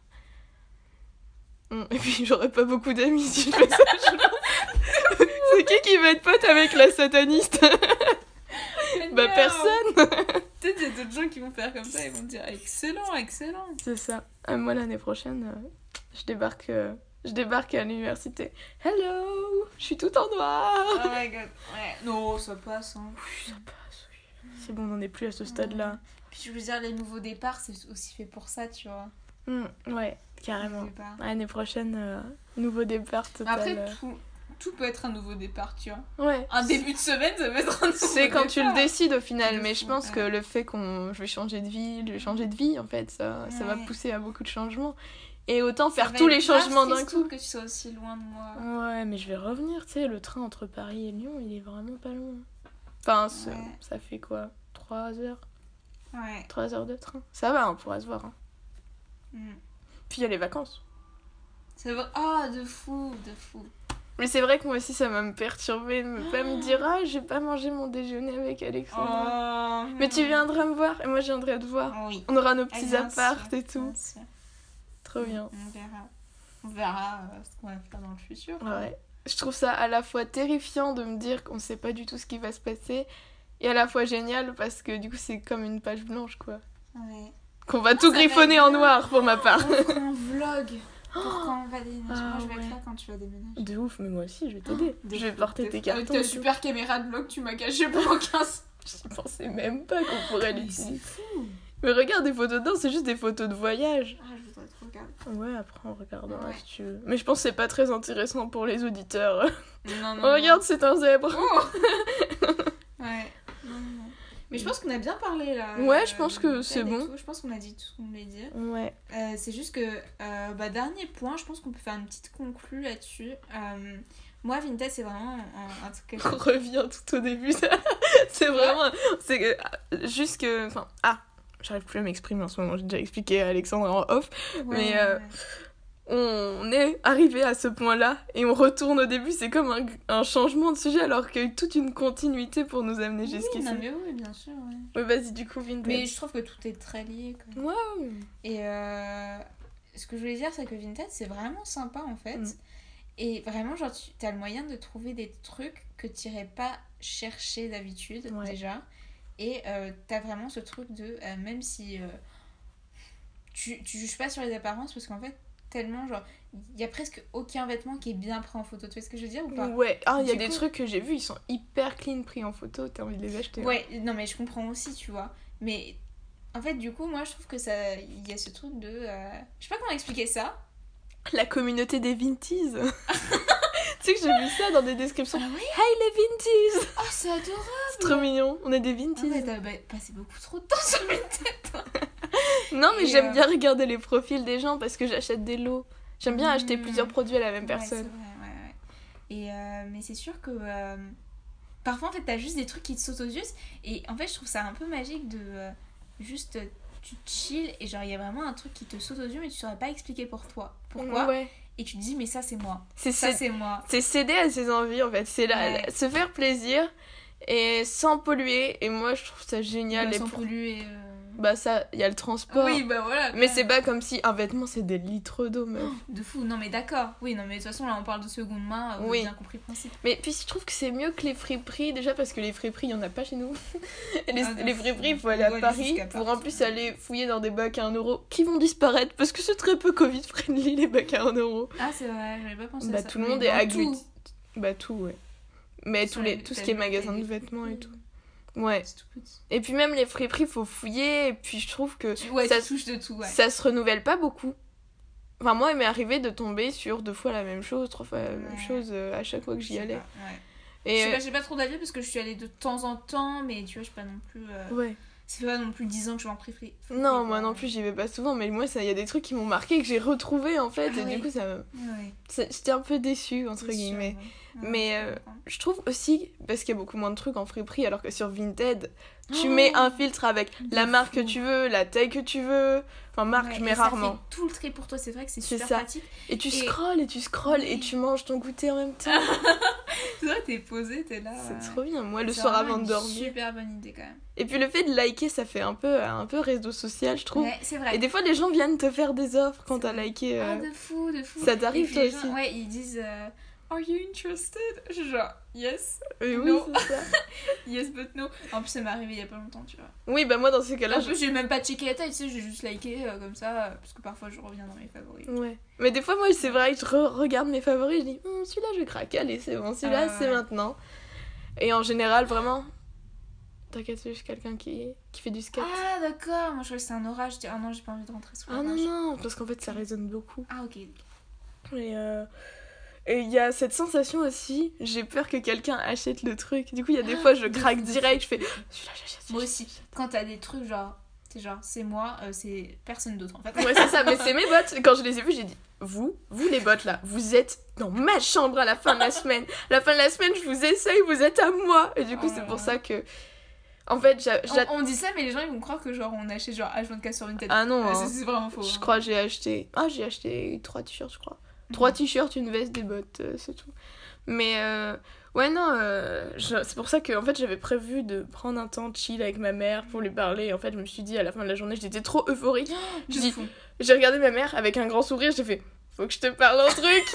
Speaker 1: Mm, Et puis, j'aurais pas beaucoup d'amis si je fais ça, je [laughs] pense. C'est qui qui va être pote avec la sataniste Bah,
Speaker 2: Merde.
Speaker 1: personne
Speaker 2: [laughs] Peut-être il y a d'autres gens qui vont faire comme ça, ils vont dire excellent, excellent.
Speaker 1: C'est ça. Euh, moi, l'année prochaine, euh, je débarque. euh, je débarque à l'université. Hello Je suis tout en noir
Speaker 2: Oh my god. Ouais. Non, ça passe. Hein.
Speaker 1: C'est bon, on n'en est plus à ce stade-là.
Speaker 2: Puis je veux dire, les nouveaux départs, c'est aussi fait pour ça, tu vois.
Speaker 1: Hmm, ouais, carrément.
Speaker 2: Les départs.
Speaker 1: L'année prochaine, euh, nouveau départ total.
Speaker 2: Après,
Speaker 1: euh.
Speaker 2: tout, tout peut être un nouveau départ, tu vois.
Speaker 1: Ouais.
Speaker 2: Un début de semaine, ça peut être un nouveau
Speaker 1: C'est quand tu le
Speaker 2: départ.
Speaker 1: décides au final,
Speaker 2: De
Speaker 1: mais
Speaker 2: fou,
Speaker 1: je pense
Speaker 2: ouais.
Speaker 1: que le fait qu'on je vais changer de ville, je vais changer de vie en fait, ça, ça va
Speaker 2: Ouais.
Speaker 1: pousser à beaucoup de changements. Et autant
Speaker 2: Ça
Speaker 1: faire
Speaker 2: va
Speaker 1: tous
Speaker 2: être
Speaker 1: les
Speaker 2: grave
Speaker 1: changements d'un
Speaker 2: triste
Speaker 1: coup.
Speaker 2: que tu sois aussi loin de moi.
Speaker 1: Ouais, mais je vais revenir, tu sais, le train entre Paris et Lyon, il est vraiment pas loin. Enfin, c'est-
Speaker 2: Ouais.
Speaker 1: ça fait quoi 3 heures
Speaker 2: Ouais.
Speaker 1: 3 heures de train. Ça va, on pourra se voir. hein.
Speaker 2: Mm.
Speaker 1: Puis il y a les vacances.
Speaker 2: Ça va. Ah, de fou, de fou.
Speaker 1: Mais c'est vrai que moi aussi, ça va me perturber de me- pas me dire Ah, j'ai pas mangé mon déjeuner avec Alexandra.
Speaker 2: Oh,
Speaker 1: Mais tu viendras me voir et moi je viendrai te voir.
Speaker 2: Oui.
Speaker 1: On aura nos
Speaker 2: Ah,
Speaker 1: petits
Speaker 2: bien sûr,
Speaker 1: apparts et tout.
Speaker 2: bien sûr.
Speaker 1: Trop bien.
Speaker 2: On verra. On verra euh, ce qu'on va faire dans le futur.
Speaker 1: Ouais. Je trouve ça à la fois terrifiant de me dire qu'on sait pas du tout ce qui va se passer et à la fois génial parce que du coup c'est comme une page blanche quoi.
Speaker 2: Ouais.
Speaker 1: Qu'on Ah, va tout
Speaker 2: va
Speaker 1: griffonner
Speaker 2: être
Speaker 1: en
Speaker 2: bien.
Speaker 1: noir pour ma part.
Speaker 2: un
Speaker 1: [gasps]
Speaker 2: vlog pour quand on va déménager.
Speaker 1: Ah
Speaker 2: Moi, je vais
Speaker 1: ouais.
Speaker 2: le faire quand tu vas déménager.
Speaker 1: De ouf, mais moi aussi je vais t'aider.
Speaker 2: De
Speaker 1: Je vais
Speaker 2: fou,
Speaker 1: porter
Speaker 2: de
Speaker 1: tes
Speaker 2: fou.
Speaker 1: cartons.
Speaker 2: Avec
Speaker 1: et
Speaker 2: ta
Speaker 1: tout.
Speaker 2: super caméra de vlog, tu m'as caché
Speaker 1: [laughs]
Speaker 2: pendant 15
Speaker 1: Je pensais même pas qu'on pourrait
Speaker 2: Mais
Speaker 1: l'utiliser.
Speaker 2: c'est fou.
Speaker 1: Mais regarde des photos dedans, c'est juste des photos de voyage.
Speaker 2: Ah, je voudrais te regarder.
Speaker 1: Ouais, après on regardera
Speaker 2: Ouais.
Speaker 1: si tu veux. Mais je pense que c'est pas très intéressant pour les auditeurs.
Speaker 2: Non, non.
Speaker 1: Oh, [laughs] regarde, c'est un zèbre. [laughs]
Speaker 2: Ouais. Non, non, non. Mais je pense qu'on a bien parlé là.
Speaker 1: Ouais, je pense que
Speaker 2: Ben et
Speaker 1: c'est bon.
Speaker 2: tout. Je pense qu'on a dit tout ce qu'on voulait dire.
Speaker 1: Ouais.
Speaker 2: Euh, c'est juste que, euh, bah, dernier point, je pense qu'on peut faire une petite conclue là-dessus. Euh, moi, Vinted, c'est vraiment un, un truc que
Speaker 1: On [laughs] revient tout au début. [laughs] ça. c'est vraiment. C'est que. ah, Juste que. Enfin. Ah! J'arrive plus à m'exprimer en ce moment. J'ai déjà expliqué à Alexandre en off. Mais, euh, On est arrivé à ce point-là et on retourne au début. C'est comme un, un changement de sujet alors qu'il y a eu toute une continuité pour nous amener
Speaker 2: oui,
Speaker 1: jusqu'ici.
Speaker 2: non, mais oui, bien sûr. ouais.
Speaker 1: Ouais, vas-y, du coup, Vinted.
Speaker 2: Mais je trouve que tout est très lié. Quoi.
Speaker 1: Ouais.
Speaker 2: Et euh, ce que je voulais dire, c'est que Vinted, c'est vraiment sympa en fait.
Speaker 1: Mm.
Speaker 2: Et vraiment, genre, tu as le moyen de trouver des trucs que tu n'irais pas chercher d'habitude
Speaker 1: Ouais.
Speaker 2: déjà. Et euh, t'as vraiment ce truc de, euh, même si euh, tu, tu juges pas sur les apparences, parce qu'en fait, tellement, genre, il y a presque aucun vêtement qui est bien pris en photo. Tu vois ce que je veux dire ou pas
Speaker 1: Ouais. Ah, il y a
Speaker 2: Du
Speaker 1: des
Speaker 2: coup-
Speaker 1: trucs que j'ai vus, ils sont hyper clean pris en photo. T'as envie de les acheter. hein.
Speaker 2: Ouais, non mais je comprends aussi, tu vois. Mais en fait, du coup, moi, je trouve que ça, il y a ce truc de, euh, je sais pas comment expliquer ça.
Speaker 1: La communauté des
Speaker 2: [laughs]
Speaker 1: Vinties. tu sais que j'ai vu ça dans des descriptions.
Speaker 2: Ah oui
Speaker 1: Hey les Vinties!
Speaker 2: Oh, c'est adorable.
Speaker 1: Ah, C'est trop mignon. On est des
Speaker 2: Ah,
Speaker 1: Vinties.
Speaker 2: mais t'as bah, passé beaucoup trop de temps [laughs] sur Vinted.
Speaker 1: Non, mais
Speaker 2: Et,
Speaker 1: j'aime
Speaker 2: euh,
Speaker 1: bien regarder les profils des gens parce que j'achète des lots. J'aime bien acheter
Speaker 2: Hmm.
Speaker 1: plusieurs produits à la même
Speaker 2: Ouais,
Speaker 1: personne.
Speaker 2: c'est vrai, ouais, ouais. Et euh, mais c'est sûr que euh, parfois en fait t'as juste des trucs qui te sautent aux yeux et en fait je trouve ça un peu magique de euh, juste euh, tu chill et genre il y a vraiment un truc qui te saute aux yeux mais tu saurais pas expliquer pour toi pourquoi
Speaker 1: Ouais.
Speaker 2: et tu te dis mais ça c'est moi
Speaker 1: C'est
Speaker 2: ça
Speaker 1: c'est-
Speaker 2: c'est moi
Speaker 1: c'est céder à ses envies en fait. C'est là,
Speaker 2: Ouais.
Speaker 1: là, se faire plaisir et sans polluer. Et moi, je trouve ça génial.
Speaker 2: Ouais,
Speaker 1: Et
Speaker 2: Bah, sans
Speaker 1: pour-
Speaker 2: polluer euh.
Speaker 1: Bah, ça, il y a le transport.
Speaker 2: oui bah voilà
Speaker 1: Mais
Speaker 2: ouais.
Speaker 1: c'est pas comme si un vêtement c'est des litres d'eau, meuf.
Speaker 2: de fou non mais d'accord oui non mais de toute façon là on parle de seconde main on
Speaker 1: Oui.
Speaker 2: a bien compris le principe
Speaker 1: Mais puis je trouve que c'est mieux que les friperies, déjà parce que les friperies, il n'y en a pas chez nous. [laughs] les,
Speaker 2: Ah, de
Speaker 1: les
Speaker 2: fou.
Speaker 1: friperies, il faut
Speaker 2: On
Speaker 1: aller
Speaker 2: doit
Speaker 1: à
Speaker 2: aller
Speaker 1: Paris
Speaker 2: jusqu'à
Speaker 1: pour en
Speaker 2: Paris.
Speaker 1: plus aller fouiller dans des bacs à 1 euro qui vont disparaître parce que c'est très peu Covid-friendly [laughs] les bacs à 1 euro.
Speaker 2: ah c'est vrai j'avais pas pensé à
Speaker 1: Bah
Speaker 2: ça
Speaker 1: tout le
Speaker 2: Mais
Speaker 1: monde est
Speaker 2: dans
Speaker 1: agglutiné.
Speaker 2: tout.
Speaker 1: Bah tout, ouais. Mais
Speaker 2: Sur
Speaker 1: tous
Speaker 2: la-
Speaker 1: les, tout ce
Speaker 2: t'as
Speaker 1: qui est
Speaker 2: vu, t'as
Speaker 1: magasin
Speaker 2: des
Speaker 1: de vêtements
Speaker 2: [laughs]
Speaker 1: et tout.
Speaker 2: friperies,
Speaker 1: Ouais.
Speaker 2: c'est tout petit.
Speaker 1: Et puis même les friperies, faut fouiller. Et puis je trouve que
Speaker 2: Tu- ouais
Speaker 1: ça,
Speaker 2: tu touches de tout ouais
Speaker 1: ça se renouvelle pas beaucoup. Enfin, moi, il m'est arrivé de tomber sur deux fois la même chose, trois fois la même
Speaker 2: Ouais.
Speaker 1: chose euh, à chaque fois que j'y
Speaker 2: Je sais
Speaker 1: allais.
Speaker 2: pas, ouais. Je
Speaker 1: Et euh,
Speaker 2: sais pas, j'ai pas trop d'avis parce que je suis allée de temps en temps, mais tu vois, je suis pas non plus. euh,
Speaker 1: euh, ouais.
Speaker 2: Ça fait pas non plus 10 ans que je vais en préféré.
Speaker 1: Non, moi non plus, j'y vais pas souvent, mais moi, ça, il y a des trucs qui m'ont marqué que j'ai retrouvé en fait,
Speaker 2: Ah
Speaker 1: et du
Speaker 2: oui.
Speaker 1: coup, ça, me-
Speaker 2: Ouais,
Speaker 1: ça- j'étais un peu déçue entre
Speaker 2: c'est sûr, Ah
Speaker 1: guillemets.
Speaker 2: ouais. Ouais,
Speaker 1: Mais,
Speaker 2: je
Speaker 1: euh,
Speaker 2: comprends.
Speaker 1: Je trouve aussi parce qu'il y a beaucoup moins de trucs en friperie, alors que sur Vinted,
Speaker 2: Oh.
Speaker 1: tu mets un filtre avec la
Speaker 2: de
Speaker 1: marque que
Speaker 2: fou.
Speaker 1: tu veux, la taille que tu veux, enfin marque,
Speaker 2: Ouais,
Speaker 1: mais
Speaker 2: et ça
Speaker 1: rarement.
Speaker 2: fait tout le trait pour toi, c'est vrai que c'est
Speaker 1: C'est
Speaker 2: super
Speaker 1: ça.
Speaker 2: pratique. [laughs]
Speaker 1: Et tu
Speaker 2: et-
Speaker 1: scrolles et tu scrolles et
Speaker 2: Oui.
Speaker 1: tu manges ton goûter en même temps.
Speaker 2: C'est vrai, t'es posée, t'es là.
Speaker 1: C'est
Speaker 2: Ah ouais.
Speaker 1: trop bien. Moi, le
Speaker 2: C'est
Speaker 1: soir
Speaker 2: vraiment
Speaker 1: avant de
Speaker 2: une
Speaker 1: dormir.
Speaker 2: Super bonne idée quand même.
Speaker 1: Et puis le fait de liker, ça fait un peu un peu réseau social, je trouve.
Speaker 2: Ouais, c'est
Speaker 1: Et
Speaker 2: vrai.
Speaker 1: des fois, les gens viennent te faire des offres quand
Speaker 2: C'est
Speaker 1: t'as
Speaker 2: vrai.
Speaker 1: liké.
Speaker 2: Ah,
Speaker 1: euh,
Speaker 2: de fou, de fou.
Speaker 1: Ça t'arrive
Speaker 2: Et puis
Speaker 1: toi
Speaker 2: les gens,
Speaker 1: aussi.
Speaker 2: Ouais, ils disent. euh, Are you interested Je suis Genre, yes,
Speaker 1: Mais euh, oui,
Speaker 2: Non.
Speaker 1: c'est ça.
Speaker 2: yes, but no. En plus, ça m'est arrivé il y a pas longtemps, tu vois.
Speaker 1: Oui, bah moi dans ces cas-là,
Speaker 2: en
Speaker 1: je...
Speaker 2: plus, j'ai même pas checké la taille, tu sais, j'ai juste liké euh, comme ça, euh, parce que parfois je reviens dans mes favoris.
Speaker 1: Ouais. Mais des fois, moi, c'est vrai, je re- regarde mes favoris, je dis, Hum, celui-là, je craque, allez, c'est bon, celui-là,
Speaker 2: Ah ouais.
Speaker 1: c'est maintenant. Et en général, vraiment, t'inquiète, c'est juste quelqu'un qui... qui fait du skate.
Speaker 2: Ah, d'accord, moi je crois que c'est un orage, je dis, ah non, j'ai pas envie de rentrer sous
Speaker 1: Ah non,
Speaker 2: l'orage.
Speaker 1: non, parce qu'en fait, ça résonne beaucoup.
Speaker 2: Ah, ok.
Speaker 1: Et euh, et il y a cette sensation aussi, j'ai peur que quelqu'un achète le truc. Du coup, il y a des
Speaker 2: Ah,
Speaker 1: fois, je
Speaker 2: de
Speaker 1: craque
Speaker 2: fou, de
Speaker 1: direct, je fais, celui-là, j'achète.
Speaker 2: Moi
Speaker 1: celui-là,
Speaker 2: aussi, quand t'as des trucs genre, t'es genre, c'est moi, euh, c'est personne d'autre en fait.
Speaker 1: Ouais, c'est ça, mais c'est mes bottes. Quand je les ai vues, j'ai dit Vous, vous les bottes là, vous êtes dans ma chambre à la fin de la semaine. À la fin de la semaine, je vous essaye, vous êtes à moi. Et du coup, c'est pour ça que. En fait, j'a- j'a-
Speaker 2: On, on dit ça, mais les gens ils vont croire que genre on achète genre H24 sur une tête.
Speaker 1: Ah non, hein.
Speaker 2: c'est c'est vraiment faux.
Speaker 1: je
Speaker 2: hein.
Speaker 1: crois que j'ai acheté. Ah, j'ai acheté trois t-shirts, je crois. Trois t-shirts, une veste, des bottes, euh, c'est tout. Mais euh, ouais, non, euh, je- c'est pour ça que en fait, j'avais prévu de prendre un temps chill avec ma mère pour lui parler. En fait, je me suis dit à la fin de la journée, j'étais trop euphorique.
Speaker 2: De
Speaker 1: Je dis,
Speaker 2: fou.
Speaker 1: J'ai regardé ma mère avec un grand sourire, j'ai fait Faut que je te parle un
Speaker 2: [laughs]
Speaker 1: truc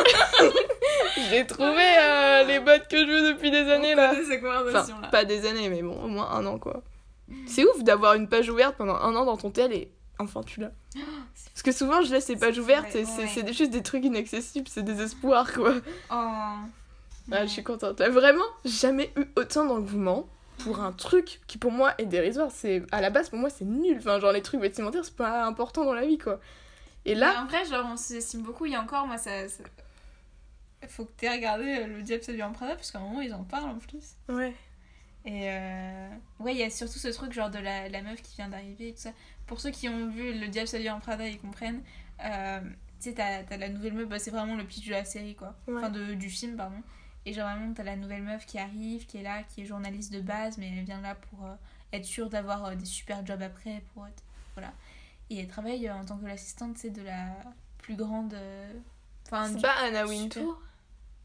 Speaker 1: J'ai trouvé euh, les bottes que je veux depuis des années là
Speaker 2: connaît cette conversation,
Speaker 1: Enfin,
Speaker 2: là.
Speaker 1: pas des années, mais bon, au moins un an quoi.
Speaker 2: Mm.
Speaker 1: C'est ouf d'avoir une page ouverte pendant un an dans ton tel et enfin tu
Speaker 2: [gasps]
Speaker 1: l'as. Parce que souvent je laisse ces pages
Speaker 2: C'est
Speaker 1: ouvertes
Speaker 2: vrai,
Speaker 1: et c'est
Speaker 2: ouais. Mm.
Speaker 1: c'est des- juste des trucs inaccessibles, c'est des espoirs quoi.
Speaker 2: Oh.
Speaker 1: Ah, je suis contente. J'ai vraiment jamais eu autant d'engouement pour un truc qui pour moi est dérisoire. C'est à la base pour moi c'est nul. Enfin genre les trucs vestimentaires c'est pas important dans la vie quoi. Et là
Speaker 2: Mais en vrai, genre on s'estime beaucoup. Il y a encore, moi, ça. ça- Faut que t'aies regardé euh, Le Diable s'habille en Prada, parce qu'à un moment ils en parlent en plus.
Speaker 1: ouais.
Speaker 2: Et euh, ouais, il y a surtout ce truc genre de la, la meuf qui vient d'arriver et tout ça. Pour ceux qui ont vu Le Diable s'habille en Prada, ils comprennent. Euh, tu sais, t'as t'as la nouvelle meuf, bah, c'est vraiment le pitch de la série quoi.
Speaker 1: Ouais.
Speaker 2: Enfin, de, du film, pardon. Et genre vraiment, t'as la nouvelle meuf qui arrive, qui est là, qui est journaliste de base, mais elle vient là pour euh, être sûre d'avoir euh, des super jobs après. pour être- Voilà. Et elle travaille euh, en tant que l'assistante, c'est de la plus grande. euh, Enfin,
Speaker 1: C'est
Speaker 2: du-
Speaker 1: pas Anna
Speaker 2: super.
Speaker 1: Wintour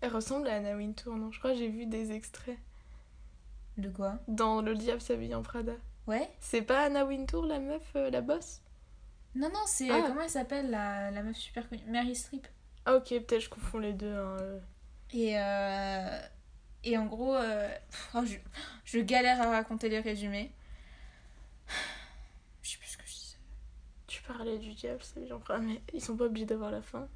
Speaker 1: Elle ressemble à Anna Wintour, non Je crois que j'ai vu des extraits
Speaker 2: De quoi
Speaker 1: dans Le Diable s'habille en Prada.
Speaker 2: Ouais
Speaker 1: C'est pas Anna Wintour, la meuf, euh, la bosse
Speaker 2: Non, non, c'est. euh,
Speaker 1: Ah.
Speaker 2: Comment elle s'appelle la, la meuf super connue Mary Strip.
Speaker 1: Ah ok, peut-être je confonds les deux. hein, euh.
Speaker 2: Et, euh, et en gros, euh, pff, oh, je, je galère à raconter les résumés. Je sais plus ce que je disais.
Speaker 1: Tu parlais du Diable s'habille en Prada, mais ils sont pas obligés d'avoir la fin.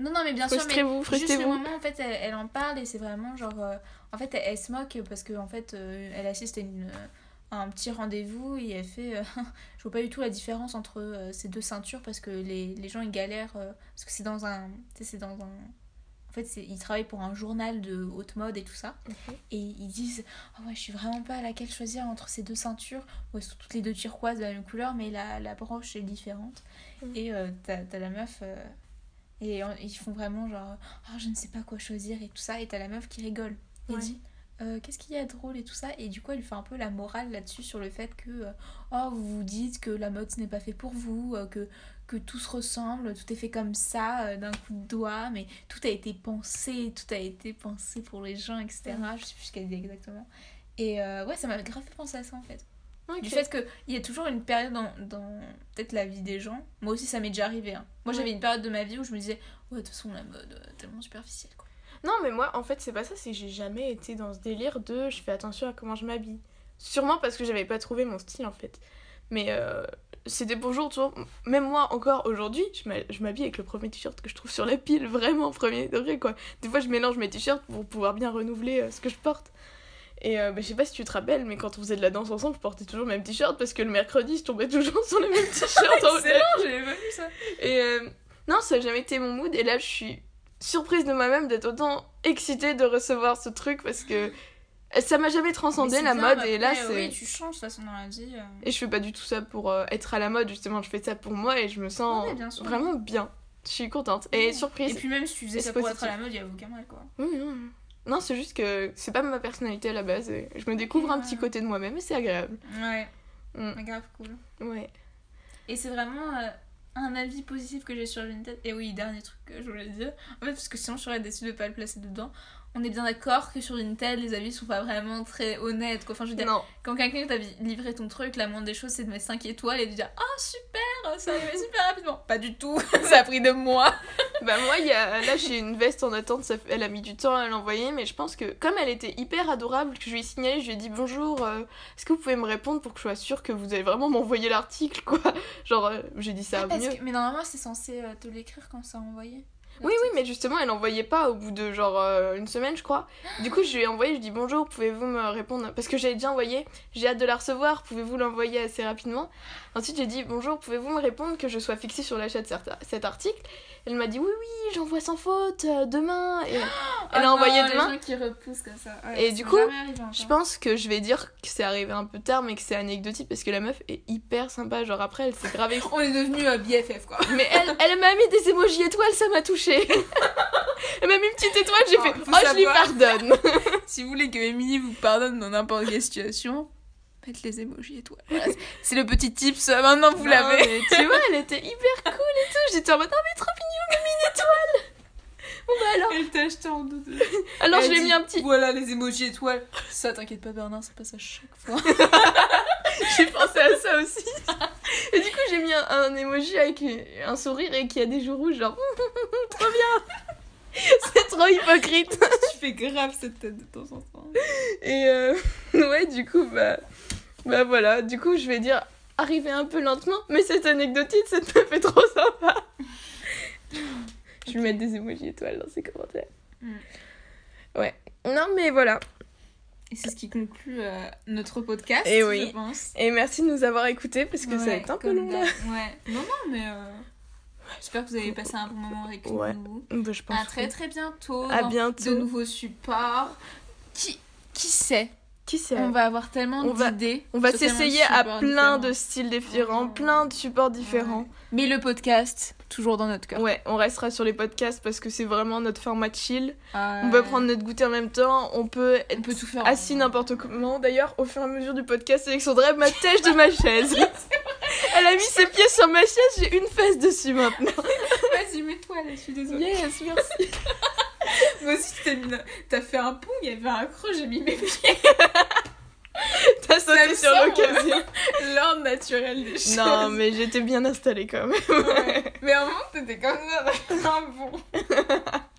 Speaker 2: Non, non, mais bien sûr, mais
Speaker 1: Frustrez-vous,
Speaker 2: juste le
Speaker 1: frustrez-vous.
Speaker 2: moment, en fait, elle, elle en parle et c'est vraiment genre... euh, en fait, elle, elle se moque parce que en fait, euh, elle assiste à, une, à un petit rendez-vous et elle fait... euh, [laughs] je vois pas du tout la différence entre euh, ces deux ceintures parce que les, les gens, ils galèrent. euh, parce que c'est dans un... Tu sais, c'est dans un... En fait, c'est- ils travaillent pour un journal de haute mode et tout ça.
Speaker 1: Mhm.
Speaker 2: Et ils disent Ah ouais, je suis vraiment pas à laquelle choisir entre ces deux ceintures. Où elles sont toutes les deux turquoises de la même couleur, mais la, la broche est différente.
Speaker 1: Mhm.
Speaker 2: Et euh, t'as t'as la meuf. euh, et en- ils font vraiment genre Ah, je ne sais pas quoi choisir et tout ça. Et t'as la meuf qui rigole. Et
Speaker 1: Ouais.
Speaker 2: dit Euh, Qu'est-ce qu'il y a de drôle et tout ça. Et du coup, elle lui fait un peu la morale là-dessus sur le fait que euh, Oh, vous vous dites que la mode ce n'est pas fait pour vous, euh, que, que tout se ressemble, tout est fait comme ça, euh, d'un coup de doigt, mais tout a été pensé, tout a été pensé pour les gens, etc. Je sais plus ce qu'elle dit exactement. Et euh, ouais, ça m'a grave fait penser à ça en fait.
Speaker 1: Ok.
Speaker 2: Du fait qu'il y a toujours une période dans, dans peut-être la vie des gens. Moi aussi, ça m'est déjà arrivé. hein. Moi,
Speaker 1: Ouais.
Speaker 2: j'avais une période de ma vie où je me disais, ouais, de toute façon, la mode, euh, tellement superficielle [laughs] quoi.
Speaker 1: Non, mais moi, en fait, c'est pas ça, c'est que j'ai jamais été dans ce délire de je fais attention à comment je m'habille. Sûrement parce que j'avais pas trouvé mon style en fait. Mais euh, c'était bonjour, toujours. Même moi, encore aujourd'hui, je m'a- je m'habille avec le premier t-shirt que je trouve sur la pile, vraiment, premier degré quoi. Des fois, je mélange mes t-shirts pour pouvoir bien renouveler euh, ce que je porte. Et euh, bah, je sais pas si tu te rappelles, mais quand on faisait de la danse ensemble, je portais toujours le même t-shirt parce que le mercredi, je tombais [laughs] toujours sur le même t-shirt.
Speaker 2: [laughs]
Speaker 1: en fait.
Speaker 2: j'avais pas vu ça.
Speaker 1: Et euh, non, ça n'a jamais été mon mood. Et là, je suis surprise de moi-même d'être autant excitée de recevoir ce truc parce que ça m'a jamais transcendé la mode. et là, c'est.
Speaker 2: Oui, tu changes de toute façon dans la vie. euh.
Speaker 1: Et je fais pas du tout ça pour euh, être à la mode, justement. Je fais ça pour moi et je me sens
Speaker 2: Ouais, bien sûr.
Speaker 1: vraiment bien. Je suis contente. Et
Speaker 2: Ouais.
Speaker 1: surprise.
Speaker 2: Et puis, même si tu faisais
Speaker 1: Et
Speaker 2: ça
Speaker 1: c'est
Speaker 2: pour être
Speaker 1: positif.
Speaker 2: à la mode, il y avait aucun mal quoi.
Speaker 1: Oui, oui, oui. Non, c'est juste que c'est pas ma personnalité à la base. et Je me découvre un
Speaker 2: Ouais.
Speaker 1: petit côté de moi-même et c'est agréable.
Speaker 2: Ouais,
Speaker 1: Mm.
Speaker 2: grave cool.
Speaker 1: Ouais.
Speaker 2: Et c'est vraiment euh, un avis positif que j'ai sur Vinted. Et oui, dernier truc que je voulais dire. En fait, parce que sinon, je serais déçue de pas le placer dedans. On est bien d'accord que sur Vinted, les avis sont pas vraiment très honnêtes. Quoi. Enfin, je veux dire,
Speaker 1: Non.
Speaker 2: quand quelqu'un t'a livré ton truc, la moindre des choses, c'est de mettre 5 étoiles et de dire Oh, super
Speaker 3: waouh, c'est arrivé super rapidement. Pas du
Speaker 2: [laughs]
Speaker 3: tout, ça a pris deux mois.
Speaker 1: [laughs] Bah moi, il y a- là j'ai une veste en attente, ça fait- elle a mis du temps à l'envoyer, mais je pense que comme elle était hyper adorable, que je lui ai signalé, je lui ai dit bonjour, euh, est-ce que vous pouvez me répondre pour que je sois sûre que vous allez vraiment m'envoyer l'article, quoi Genre, euh, j'ai dit ça mieux.
Speaker 3: mais normalement, c'est censé euh, te l'écrire quand ça a envoyé.
Speaker 1: Oui, oui, mais justement, elle envoyait pas au bout de genre euh, une semaine, je crois. Du coup, je lui ai envoyé, je lui ai dit bonjour, pouvez-vous me répondre Parce que j'avais déjà envoyé, j'ai hâte de la recevoir, pouvez-vous l'envoyer assez rapidement Ensuite, j'ai dit bonjour, pouvez-vous me répondre que je sois fixée sur l'achat de cet- cet article Elle m'a dit oui, oui, j'envoie sans faute, euh, demain. Et elle
Speaker 2: [gasps] Ah
Speaker 1: a envoyé demain.
Speaker 3: Ah, gens qui repoussent comme ça.
Speaker 1: Et du coup, Je pense que je vais dire que c'est arrivé un peu tard, mais que c'est anecdotique parce que la meuf est hyper sympa. Genre après, elle s'est grave écrit.
Speaker 3: on est devenu
Speaker 1: euh,
Speaker 3: BFF quoi.
Speaker 1: Mais elle, elle m'a mis des emojis étoiles, ça m'a touchée. elle m'a mis une petite étoile, j'ai
Speaker 3: Oh,
Speaker 1: fait
Speaker 3: faut
Speaker 1: oh, je lui
Speaker 3: savoir.
Speaker 1: pardonne.
Speaker 2: Si vous voulez que Émilie vous pardonne dans n'importe quelle situation, faites les émojis étoiles. [laughs] Voilà, c'est- c'est le petit tips, euh, maintenant vous
Speaker 1: Non,
Speaker 2: l'avez.
Speaker 1: mais Tu vois, elle était hyper cool et tout. J'étais en mode, ah, mais trop mignon,
Speaker 2: Elle t'a acheté en deux.
Speaker 1: comme une étoile. Bon, bah alors, alors
Speaker 2: Elle
Speaker 1: je lui ai
Speaker 2: dit,
Speaker 1: mis un petit.
Speaker 2: Voilà les émojis étoiles. Ça, t'inquiète pas, Bernard, ça passe à chaque [laughs] fois.
Speaker 1: J'ai pensé à ça aussi. Et du coup, j'ai mis un, un emoji avec une- un sourire et qui a des joues rouges, genre, [laughs] trop bien. C'est trop hypocrite.
Speaker 2: tu fais grave cette tête de temps en temps.
Speaker 1: Et euh, [laughs] ouais, du coup, bah, bah voilà. Du coup, je vais dire, arriver un peu lentement, mais cette anecdotique, ça me fait trop sympa. [laughs] Je vais mettre des emojis étoiles dans ses commentaires.
Speaker 2: Mm.
Speaker 1: Ouais. Non, mais voilà.
Speaker 2: Et c'est ce qui conclut euh, notre podcast,
Speaker 1: Eh oui.
Speaker 2: je pense.
Speaker 1: Et merci de nous avoir écoutés parce que ça va
Speaker 2: Ouais,
Speaker 1: être un peu
Speaker 2: comme
Speaker 1: long là.
Speaker 2: d'hab. Ouais. Non, non, mais euh, j'espère que vous avez passé un bon moment avec
Speaker 1: Ouais.
Speaker 2: nous.
Speaker 1: Bah, je
Speaker 2: À très très bientôt.
Speaker 1: À
Speaker 2: dans
Speaker 1: bientôt.
Speaker 2: De nouveaux supports. Qui, qui sait
Speaker 1: Qui sait
Speaker 2: On va avoir tellement
Speaker 1: On va-
Speaker 2: d'idées.
Speaker 1: On va
Speaker 2: sur tellement de
Speaker 1: s'essayer à
Speaker 2: supports
Speaker 1: plein
Speaker 2: différents.
Speaker 1: de styles différents,
Speaker 2: Ouais.
Speaker 1: plein de supports différents.
Speaker 2: Mais le podcast, toujours dans notre
Speaker 1: Ouais.
Speaker 2: cœur.
Speaker 1: on restera sur les podcasts parce que c'est vraiment notre format chill.
Speaker 2: Euh,
Speaker 1: On peut prendre notre goûter en même temps, on peut
Speaker 2: on
Speaker 1: être
Speaker 2: peut tout faire.
Speaker 1: assis Ah, n'importe comment. D'ailleurs, au fur et à mesure du podcast, Alexandra elle m'attèche de ma [laughs] chaise. Elle a mis ses pieds sur ma chaise, j'ai une fesse dessus maintenant.
Speaker 2: [laughs] Vas-y, mets-toi là, je suis désolée.
Speaker 1: Yes, merci.
Speaker 2: Moi aussi, t'as mis la- t'as fait un pont, il y avait un creux, j'ai mis mes [laughs] pieds.
Speaker 1: T'as sauté
Speaker 2: me
Speaker 1: sur
Speaker 2: semble.
Speaker 1: l'occasion.
Speaker 2: L'ordre naturel des choses.
Speaker 1: Non, mais j'étais bien installée quand même.
Speaker 2: [laughs] Ouais. Mais à un moment, t'étais comme ça. Ah bon.